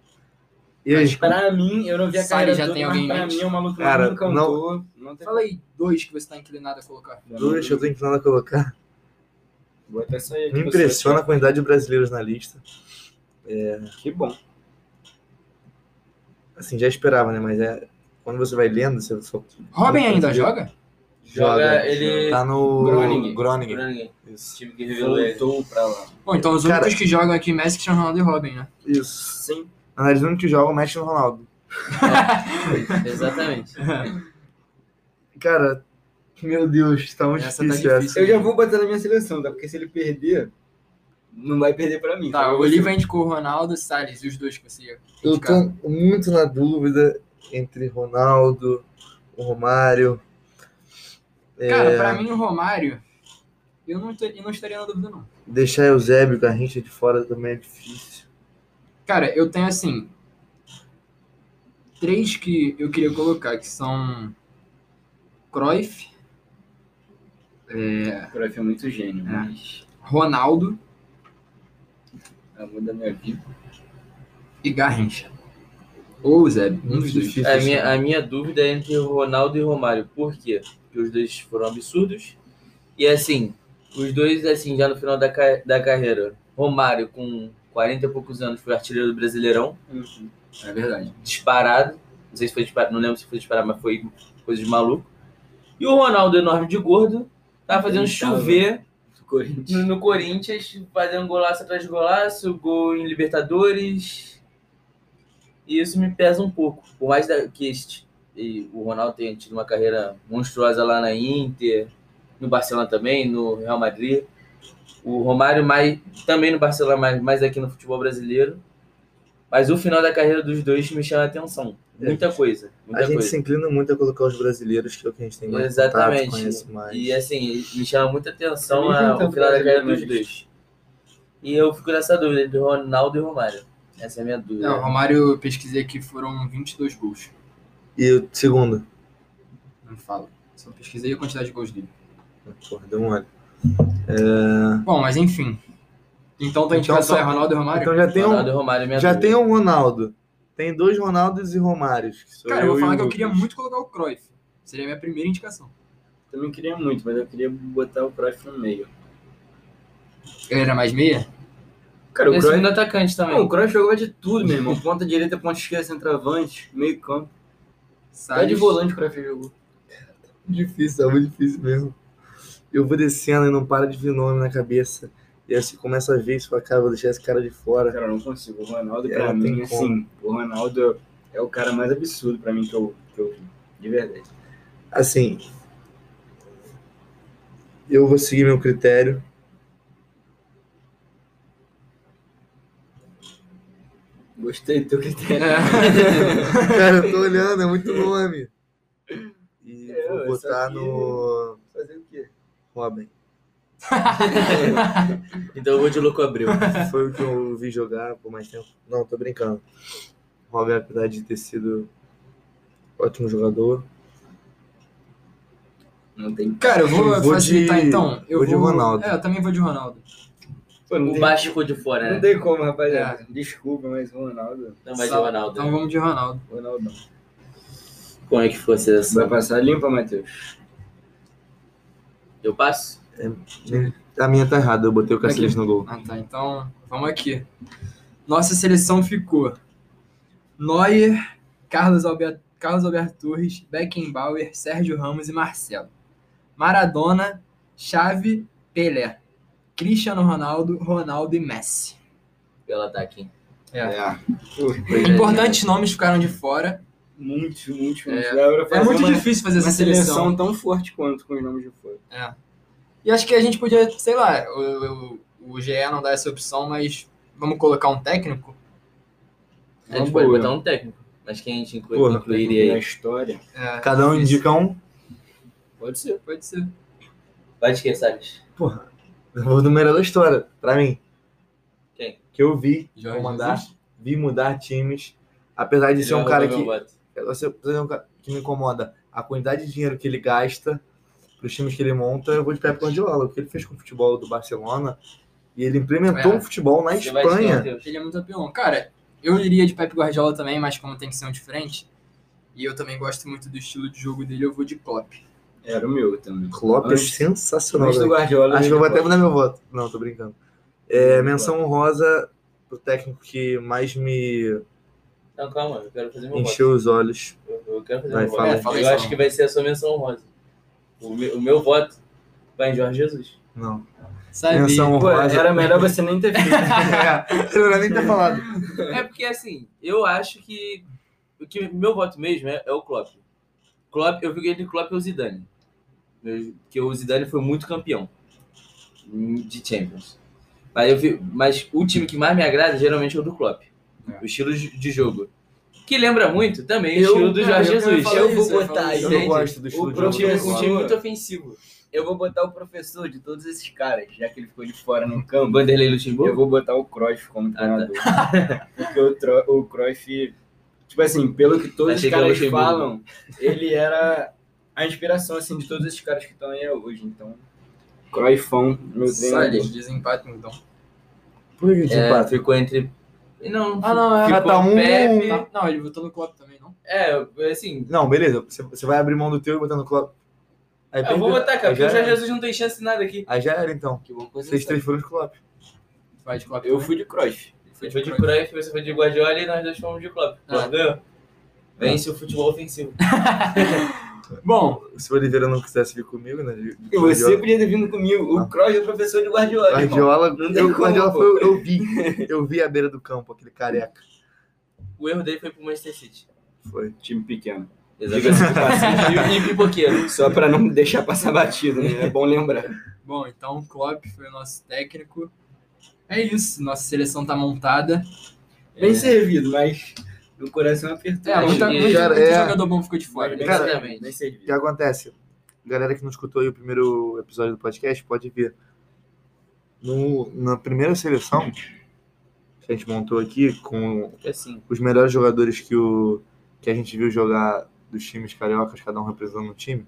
Speaker 3: E
Speaker 2: Mas
Speaker 3: aí,
Speaker 2: pra mim, eu não vi a
Speaker 1: Sari
Speaker 2: carreira
Speaker 1: já
Speaker 2: toda,
Speaker 1: tem
Speaker 2: mas
Speaker 1: alguém em
Speaker 2: pra
Speaker 1: mente?
Speaker 2: mim é um maluco que
Speaker 3: Cara,
Speaker 2: não me encantou. Não tem
Speaker 1: Fala aí dois que você tá inclinado a colocar.
Speaker 2: como.
Speaker 3: dois, eu tô inclinado a colocar.
Speaker 2: Vou até sair aqui. pra
Speaker 3: Me
Speaker 2: você.
Speaker 3: impressiona a quantidade de brasileiros na lista.
Speaker 2: Que bom.
Speaker 3: Assim, já esperava, né? Mas é. Quando você vai lendo, você só
Speaker 1: Robin ainda
Speaker 3: Eu-
Speaker 1: joga?
Speaker 5: Joga,
Speaker 3: Joga.
Speaker 5: ele.
Speaker 3: Tá no
Speaker 2: Groningen.
Speaker 3: Groningen.
Speaker 5: Groningen, Esse
Speaker 3: Isso.
Speaker 5: time que revelou ele.
Speaker 2: Voltou pra lá.
Speaker 1: Bom, então os
Speaker 3: Cara-
Speaker 1: únicos que jogam aqui Messi, Cristiano Ronaldo e Robin, né?
Speaker 3: Isso.
Speaker 2: Sim.
Speaker 3: Analisando que joga o Messi no Ronaldo.
Speaker 5: Exatamente.
Speaker 3: Cara, meu Deus, tá muito
Speaker 1: Essa tá
Speaker 3: difícil essa.
Speaker 1: difícil.
Speaker 2: Eu já vou botar na minha seleção, tá? Porque se ele perder, não vai perder pra mim.
Speaker 1: Tá,
Speaker 2: Eu
Speaker 1: o
Speaker 2: vou
Speaker 1: Oliva indicou o Ronaldo, Salles, e os dois que você ia
Speaker 3: Eu
Speaker 1: indicar.
Speaker 3: tô muito na dúvida entre Ronaldo, o Romário. É,
Speaker 1: Cara, pra mim o Romário, eu não, te- eu não estaria na dúvida, não.
Speaker 3: Deixar Eusébio Garrincha de fora também é difícil.
Speaker 1: Cara, eu tenho assim. Três que eu queria colocar, que são. Cruyff,
Speaker 2: ser- O Cruyff é muito gênio,
Speaker 1: É.
Speaker 2: mas...
Speaker 1: Ronaldo
Speaker 2: É o amor da minha vida.
Speaker 1: E Garrincha. Ou o Zé, um dos dois.
Speaker 2: Difícil.
Speaker 3: assim.
Speaker 5: A minha, a minha dúvida é entre o Ronaldo e o Romário. Por quê? Porque os dois foram absurdos. E assim, os dois, assim, já no final da, ca- da carreira. Romário, com 40 e poucos anos, foi artilheiro do Brasileirão,
Speaker 2: É verdade.
Speaker 5: disparado. Não sei se foi disparado, não lembro se foi disparado, mas foi coisa de maluco. E o Ronaldo, enorme de gordo, tava fazendo
Speaker 2: Ele tava.
Speaker 5: chover
Speaker 2: Do Corinthians.
Speaker 5: no, no Corinthians, fazendo golaço atrás de golaço, gol em Libertadores. E isso me pesa um pouco. Por mais da- que este, e o Ronaldo tenha tido uma carreira monstruosa lá na Inter, no Barcelona também, no Real Madrid. O Romário mais, também no Barcelona, mas mais aqui no futebol brasileiro. Mas o final da carreira dos dois me chama a atenção. Muita coisa. Muita
Speaker 3: É. A gente
Speaker 5: coisa.
Speaker 3: se inclina muito a colocar os brasileiros, que é o que a gente tem mais
Speaker 5: Exatamente.
Speaker 3: contato, conhece mais.
Speaker 5: E
Speaker 1: é-
Speaker 5: assim, me chama muita atenção
Speaker 2: Eu nem
Speaker 5: a,
Speaker 2: tanto
Speaker 5: o final da carreira dos
Speaker 2: brasileiro,
Speaker 5: dois. E eu fico nessa dúvida entre Ronaldo e Romário. Essa é a minha dúvida.
Speaker 1: Não, o Romário, eu pesquisei aqui, foram 22 gols.
Speaker 3: E o segundo?
Speaker 1: Não falo. Só pesquisei a quantidade de gols dele.
Speaker 3: Porra, deu um olho.
Speaker 1: Bom, mas enfim. Então tua
Speaker 3: Então,
Speaker 1: indicação
Speaker 3: só-
Speaker 1: é Ronaldo e Romário?
Speaker 3: Então já tem um,
Speaker 5: Ronaldo e Romário é minha
Speaker 3: já tem
Speaker 5: dúvida.
Speaker 3: um Ronaldo. Tem dois Ronaldos e Romários. que sou
Speaker 1: Cara, eu vou
Speaker 3: e
Speaker 1: falar
Speaker 3: o
Speaker 1: que eu queria
Speaker 3: Lucas.
Speaker 1: muito colocar o Cruyff. Seria a minha primeira indicação.
Speaker 2: Também queria muito, mas eu queria botar o Cruyff no meio.
Speaker 1: Ele era mais meia?
Speaker 2: Cara, o
Speaker 5: Esse é
Speaker 2: Cruyff...
Speaker 5: segundo atacante também.
Speaker 2: Não, o Cruyff jogou de tudo, meu irmão. Ponta direita, ponta esquerda, centroavante, meio campo. Até
Speaker 1: Sai
Speaker 2: de volante o Cruyff jogou.
Speaker 3: Difícil, é muito difícil mesmo. Eu vou descendo e não para de vir nome na cabeça. E aí você começa a ver isso e fala, cara, vou deixar esse cara de fora.
Speaker 2: Cara, eu não consigo. O Ronaldo,
Speaker 3: É,
Speaker 2: pra
Speaker 3: não tem
Speaker 2: mim, assim, o Ronaldo é o cara mais absurdo pra mim que eu, que eu vi. De verdade.
Speaker 3: Assim, eu vou seguir meu critério.
Speaker 2: Gostei do teu critério.
Speaker 1: É.
Speaker 3: É. Cara, eu tô olhando, é muito nome. E
Speaker 2: É,
Speaker 3: vou
Speaker 2: isso
Speaker 3: botar
Speaker 2: aqui-
Speaker 3: no
Speaker 2: Fazer o quê?
Speaker 3: Robin.
Speaker 5: Então eu vou de Louco Abreu.
Speaker 3: Foi o que eu vi jogar por mais tempo. Não, tô brincando. Robin, apesar de ter sido ótimo jogador.
Speaker 2: Não tem.
Speaker 1: Cara, eu vou
Speaker 3: Eu vou
Speaker 1: facilitar
Speaker 3: de-
Speaker 1: então. Eu
Speaker 3: vou de Ronaldo.
Speaker 1: É, eu também vou de Ronaldo.
Speaker 2: Pô, não,
Speaker 5: O
Speaker 2: tem...
Speaker 5: baixo ficou de fora,
Speaker 2: não
Speaker 5: né?
Speaker 2: tem como, rapaziada. Desculpa, mas o Ronaldo.
Speaker 5: Então vai de
Speaker 1: Só-
Speaker 5: Ronaldo.
Speaker 1: Então vamos de Ronaldo.
Speaker 2: Ronaldo.
Speaker 5: Como é que ficou a
Speaker 2: Vai
Speaker 5: seleção?
Speaker 2: passar limpa, Matheus.
Speaker 5: Eu passo?
Speaker 3: A minha tá errada, eu botei o Cacilhas no gol.
Speaker 1: Ah, tá. Então vamos aqui. Nossa seleção ficou Neuer, Carlos Alberto, Carlos Alberto Torres, Beckenbauer, Sérgio Ramos e Marcelo. Maradona, Xavi, Pelé. Cristiano Ronaldo, Ronaldo e Messi. É.
Speaker 5: Pelo ataque. é,
Speaker 1: Importantes nomes ficaram de fora.
Speaker 2: Muito, muito, muito.
Speaker 1: É.
Speaker 2: Dá pra
Speaker 1: É
Speaker 2: fazer
Speaker 1: muito
Speaker 2: uma-
Speaker 1: difícil fazer essa
Speaker 2: uma
Speaker 1: seleção.
Speaker 2: seleção tão forte quanto com os nomes de fora.
Speaker 1: E acho que a gente podia, sei lá, o, o, o GE não dá essa opção, mas vamos colocar um técnico?
Speaker 5: A gente
Speaker 2: Uma
Speaker 5: pode
Speaker 2: boa.
Speaker 5: botar um técnico. Mas quem a gente inclui,
Speaker 3: Porra,
Speaker 5: incluiria
Speaker 2: Na
Speaker 5: aí?
Speaker 2: história.
Speaker 1: É,
Speaker 3: Cada um
Speaker 1: difícil.
Speaker 3: indica um.
Speaker 1: Pode ser, pode ser.
Speaker 5: Vai de quem, Salles?
Speaker 3: Porra, eu vou no melhor da é história, pra mim.
Speaker 5: Quem?
Speaker 3: Que eu vi,
Speaker 1: Jorge
Speaker 3: vou mandar,
Speaker 1: Jesus?
Speaker 3: vi mudar times. Apesar de ser um
Speaker 5: Já
Speaker 3: cara
Speaker 5: roubou
Speaker 3: que.
Speaker 5: meu voto.
Speaker 3: Você é um cara que me incomoda. A quantidade de dinheiro que ele gasta pros times que ele monta, eu vou de Pep Guardiola. O que ele fez com o futebol do Barcelona. E ele implementou
Speaker 1: É.
Speaker 3: um futebol na
Speaker 5: Você vai de quem,
Speaker 3: Espanha.
Speaker 5: Matheus?
Speaker 1: Ele é muito apelão. Cara, eu iria de Pep Guardiola também, mas como tem que ser um diferente, e eu também gosto muito do estilo de jogo dele, eu vou de Klopp.
Speaker 2: Era o meu também.
Speaker 3: Klopp é
Speaker 2: Antes-
Speaker 3: sensacional.
Speaker 2: Antes do
Speaker 3: velho.
Speaker 2: Guardiola.
Speaker 3: Acho que eu vou até
Speaker 2: depois.
Speaker 3: mudar meu voto. Não, tô brincando. É, menção honrosa pro técnico que mais me
Speaker 5: Não, calma, eu quero fazer meu voto.
Speaker 3: encheu os olhos.
Speaker 5: Eu eu quero fazer
Speaker 3: Vai,
Speaker 5: meu
Speaker 3: fala
Speaker 5: voto.
Speaker 1: aí. Fala aí,
Speaker 5: eu
Speaker 1: fala.
Speaker 5: acho que vai ser a sua menção honrosa. O meu, o meu voto vai em Jorge Jesus.
Speaker 3: Não.
Speaker 1: Sabe?
Speaker 3: Menção
Speaker 2: Pô,
Speaker 3: é honrosa.
Speaker 2: era melhor você nem ter feito.
Speaker 3: É, eu nem ter falado.
Speaker 5: É porque, assim, eu acho que o que meu voto mesmo é, é o Klopp. Klopp. Eu fico entre Klopp e o Zidane. Eu- Porque o Zidane foi muito campeão de Champions. Mas, eu fico- mas o time que mais me agrada geralmente é o do Klopp. O estilo de de jogo. Que lembra muito também o
Speaker 2: Eu-
Speaker 5: estilo do
Speaker 2: cara,
Speaker 5: Jorge
Speaker 2: eu- eu
Speaker 5: Jesus.
Speaker 2: falo
Speaker 1: Eu
Speaker 2: isso,
Speaker 1: vou botar
Speaker 2: falo
Speaker 1: aí.
Speaker 2: isso.
Speaker 3: Eu não gosto do estilo
Speaker 2: O
Speaker 3: de jogo.
Speaker 5: Um time,
Speaker 3: do
Speaker 5: um
Speaker 3: Klopp.
Speaker 5: time muito ofensivo.
Speaker 2: Eu vou botar o professor de todos esses caras, já que ele ficou de fora no campo.
Speaker 5: Vanderlei
Speaker 2: Eu
Speaker 5: Luxemburgo?
Speaker 2: vou botar o Cruyff como treinador. Porque o, Tro- o Cruyff, tipo assim, pelo que todos
Speaker 5: Achei
Speaker 2: os
Speaker 5: que era
Speaker 2: caras
Speaker 5: Luxemburgo.
Speaker 2: falam, ele era a inspiração, assim, de todos esses caras que estão aí hoje. Então, Cruyffão, meu treinador.
Speaker 1: Salles, desempate então.
Speaker 3: Por que a gente
Speaker 5: É,
Speaker 3: empatou?
Speaker 5: ficou entre. Não,
Speaker 3: Ah, não, é.
Speaker 5: ficou
Speaker 3: Ah, tá um-
Speaker 5: Pepe.
Speaker 1: Tá- Não, ele votou no Klopp também, não?
Speaker 5: É, assim.
Speaker 3: Não, beleza. Você- Você vai abrir mão do teu e botar no Klopp. Aí
Speaker 5: eu vou
Speaker 3: perdeu.
Speaker 5: botar, cara,
Speaker 3: Aí
Speaker 5: porque o
Speaker 3: já,
Speaker 5: Jorge
Speaker 3: era.
Speaker 5: Jesus não tem chance de nada aqui.
Speaker 3: Aí já era, então.
Speaker 5: Que bom coisa.
Speaker 3: Vocês três foram de Klopp.
Speaker 1: Vai de Klopp
Speaker 2: Eu
Speaker 1: também?
Speaker 2: fui de cross.
Speaker 5: Você foi de Cruyff, você foi de Guardiola e nós dois fomos de Klopp.
Speaker 1: Ah.
Speaker 5: Klopp ganhou. Vence o futebol ofensivo.
Speaker 1: Bom,
Speaker 3: Se o Oliveira não quisesse vir comigo, né? de- de
Speaker 2: E você
Speaker 3: Guardiola-
Speaker 2: podia ter vindo comigo.
Speaker 3: Ah.
Speaker 2: O cross é o professor de Guardiola, irmão.
Speaker 3: Guardiola,
Speaker 2: Não tem
Speaker 3: eu,
Speaker 2: como,
Speaker 3: Guardiola
Speaker 2: pô.
Speaker 3: foi, eu vi. Eu vi a beira do campo, aquele careca.
Speaker 5: O erro dele foi pro Manchester City.
Speaker 3: Foi.
Speaker 2: Time pequeno.
Speaker 5: Diga-se de passagem. E, e pipoqueiro.
Speaker 2: Só pra não deixar passar batido, né? É bom lembrar.
Speaker 1: bom, então Klopp foi o nosso técnico. É isso, nossa seleção tá montada.
Speaker 3: É.
Speaker 2: Bem servido, mas no coração apertado.
Speaker 1: É, muita,
Speaker 5: que-
Speaker 1: muito,
Speaker 3: cara,
Speaker 1: muito
Speaker 3: é.
Speaker 1: jogador bom ficou de fora.
Speaker 2: Bem
Speaker 3: Cara,
Speaker 2: servido, bem
Speaker 3: O
Speaker 2: servido.
Speaker 3: que acontece? Galera que não escutou aí o primeiro episódio do podcast, pode ver. No, na primeira seleção que a gente montou aqui, com
Speaker 5: É assim.
Speaker 3: os melhores jogadores que, o, que a gente viu jogar dos times cariocas, cada um representando um time,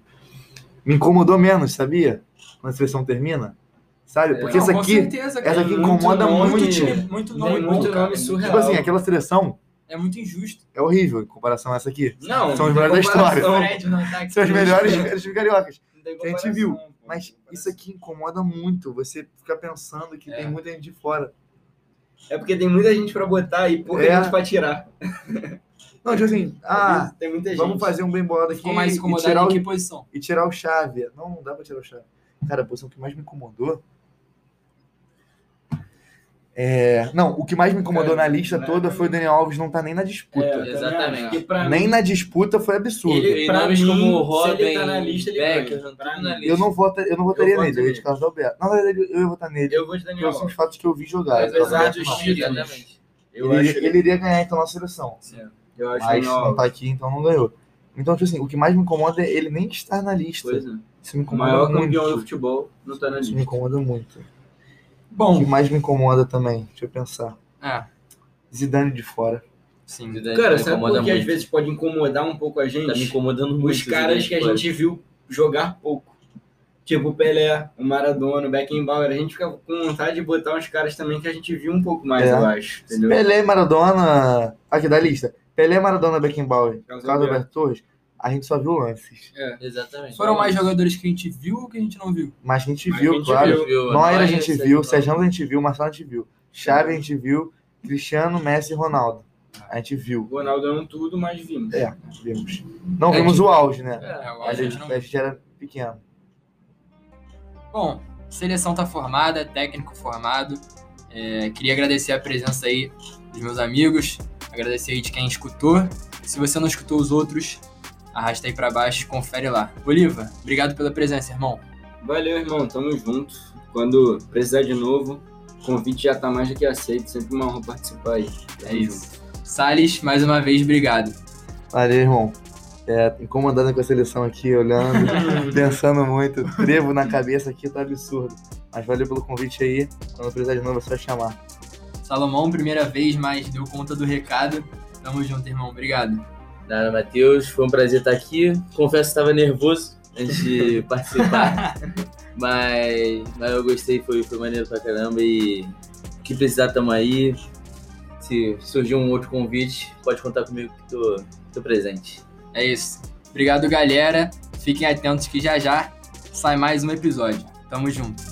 Speaker 3: me incomodou menos, sabia? Quando a seleção termina. Sabe?
Speaker 5: É,
Speaker 3: Porque
Speaker 1: Não,
Speaker 3: essa
Speaker 1: com
Speaker 3: aqui,
Speaker 1: certeza, cara.
Speaker 3: essa aqui
Speaker 2: muito
Speaker 3: incomoda
Speaker 2: nome,
Speaker 3: muito.
Speaker 1: muito
Speaker 3: Tipo
Speaker 1: time, muito
Speaker 2: Tem
Speaker 1: nome bom,
Speaker 2: muito
Speaker 1: cara.
Speaker 2: nome
Speaker 1: É muito-
Speaker 2: surreal.
Speaker 3: assim, aquela seleção
Speaker 1: É muito injusto.
Speaker 3: é horrível em comparação a essa aqui.
Speaker 2: Não,
Speaker 3: São
Speaker 2: não tem
Speaker 3: os melhores da
Speaker 2: comparação.
Speaker 3: história.
Speaker 1: Fred no ataque.
Speaker 3: São os melhores
Speaker 1: né?
Speaker 3: jogadores cariocas.
Speaker 1: É,
Speaker 2: Não tem
Speaker 3: Que a gente
Speaker 2: comparação,
Speaker 3: viu,
Speaker 2: pô.
Speaker 3: Mas isso aqui incomoda muito. Você fica pensando que
Speaker 5: É.
Speaker 3: tem muita gente de fora.
Speaker 2: É porque tem muita gente pra botar e pouca
Speaker 3: É.
Speaker 2: gente pra tirar.
Speaker 3: Não, tipo assim,
Speaker 2: Às
Speaker 3: ah,
Speaker 2: vezes tem muita gente.
Speaker 3: vamos fazer um bem bolado aqui
Speaker 1: É Ficou mais
Speaker 3: e
Speaker 1: incomodado
Speaker 3: tirar,
Speaker 1: em
Speaker 3: o,
Speaker 1: que posição?
Speaker 3: e tirar o chave. Não, não dá pra tirar o chave. Cara, a posição que mais me incomodou. É, não, o que mais me incomodou
Speaker 2: Cara,
Speaker 3: na lista
Speaker 2: né?
Speaker 3: toda foi o Daniel Alves não tá nem na
Speaker 2: É,
Speaker 3: disputa.
Speaker 2: também
Speaker 5: Exatamente.
Speaker 2: acho que pra
Speaker 3: nem
Speaker 2: mim,
Speaker 3: na disputa foi absurdo.
Speaker 2: Ele-
Speaker 5: E
Speaker 2: pra
Speaker 5: nomes
Speaker 2: mim,
Speaker 5: como o
Speaker 2: se ele
Speaker 5: Robin,
Speaker 2: tá na lista, ele
Speaker 5: Becker,
Speaker 2: ganha.
Speaker 5: tudo
Speaker 2: Pra
Speaker 5: na
Speaker 2: mim.
Speaker 5: lista.
Speaker 3: eu, não vota, eu não votaria
Speaker 2: Eu voto
Speaker 3: nele, eu ia de
Speaker 2: nele.
Speaker 3: Carlos Alberto. Na verdade, eu ia votar nele.
Speaker 2: eu vou de Daniel
Speaker 3: Pelos
Speaker 2: Alves.
Speaker 3: fatos que eu vi jogar.
Speaker 2: Apesar
Speaker 3: Carlos Alberto,
Speaker 2: dos
Speaker 3: não.
Speaker 2: títulos,
Speaker 5: Exatamente.
Speaker 2: Eu
Speaker 3: ele,
Speaker 2: acho
Speaker 3: ele iria ganhar então na seleção.
Speaker 2: Eu acho
Speaker 3: mas
Speaker 2: Daniel Alves.
Speaker 3: não tá aqui, então não ganhou. Então, tipo assim, o que mais me incomoda é ele nem estar na lista.
Speaker 2: Coisa.
Speaker 3: Isso
Speaker 2: O
Speaker 3: me incomoda
Speaker 2: é. maior
Speaker 3: muito.
Speaker 2: campeão do futebol não tá na
Speaker 3: Isso me
Speaker 2: lista.
Speaker 3: incomoda muito. O que
Speaker 1: Bom,
Speaker 3: mais me incomoda também, deixa eu pensar.
Speaker 1: ah,
Speaker 3: Zidane de fora.
Speaker 1: sim.
Speaker 2: Cara,
Speaker 5: Me
Speaker 2: sabe
Speaker 5: incomoda
Speaker 2: por que às
Speaker 5: muito.
Speaker 2: vezes pode incomodar um pouco a
Speaker 5: Tá me
Speaker 2: gente?
Speaker 5: incomodando muito.
Speaker 2: Os caras
Speaker 5: Zidane,
Speaker 2: que a
Speaker 5: pô.
Speaker 2: gente viu jogar pouco. Tipo o Pelé, o Maradona, o Beckenbauer. A gente fica com vontade de botar uns caras também que a gente viu um pouco mais,
Speaker 3: É.
Speaker 2: eu acho. Entendeu?
Speaker 3: Pelé, Maradona. Aqui da lista. Pelé, Maradona, Beckenbauer,
Speaker 2: Carlos
Speaker 3: Carlos Alberto Torres. A gente só viu lances.
Speaker 5: Exatamente.
Speaker 1: Foram mais jogadores que a gente viu ou que a gente não viu?
Speaker 3: Mas a gente
Speaker 2: Mas a
Speaker 3: viu,
Speaker 2: gente
Speaker 3: claro.
Speaker 2: viu.
Speaker 5: Viu,
Speaker 3: Neuer a
Speaker 5: Neuer,
Speaker 3: gente
Speaker 5: Sérgio
Speaker 3: viu,
Speaker 5: Ramos.
Speaker 3: Sérgio Ramos a gente viu, Marcelo a gente viu. Chave a gente viu, Cristiano, Messi e Ronaldo. A gente
Speaker 2: O
Speaker 3: viu.
Speaker 2: Ronaldo não tudo, mas vimos.
Speaker 3: É, vimos. Não
Speaker 1: É
Speaker 3: vimos
Speaker 1: que-
Speaker 3: o auge, né?
Speaker 1: É, agora a
Speaker 3: Ali
Speaker 1: gente não
Speaker 3: a gente era pequeno.
Speaker 1: Bom, seleção tá formada, técnico formado. É, queria agradecer a presença aí dos meus amigos, agradecer aí de quem escutou. Se você não escutou os outros, arrasta aí pra baixo, e confere lá. Oliva, obrigado pela presença, irmão.
Speaker 2: Valeu, irmão. Tamo junto. Quando precisar de novo, o convite já tá mais do que aceito. Sempre uma honra participar aí.
Speaker 1: É isso. Salles, mais uma vez, obrigado.
Speaker 3: Valeu, irmão. É, incomodado com a seleção aqui, olhando, pensando muito, trevo na cabeça aqui, tá absurdo. Mas valeu pelo convite aí. Quando precisar de novo, é só chamar.
Speaker 1: Salomão, primeira vez, mas deu conta do recado. Tamo junto, irmão. Obrigado.
Speaker 5: Nada, Matheus, foi um prazer estar aqui. Confesso que estava nervoso antes de participar, mas, mas eu gostei, foi, foi maneiro pra caramba e o que precisar tamo aí. Se surgir um outro convite, pode contar comigo que tô, tô presente.
Speaker 1: É isso. Obrigado, galera. Fiquem atentos que já já sai mais um episódio. Tamo junto.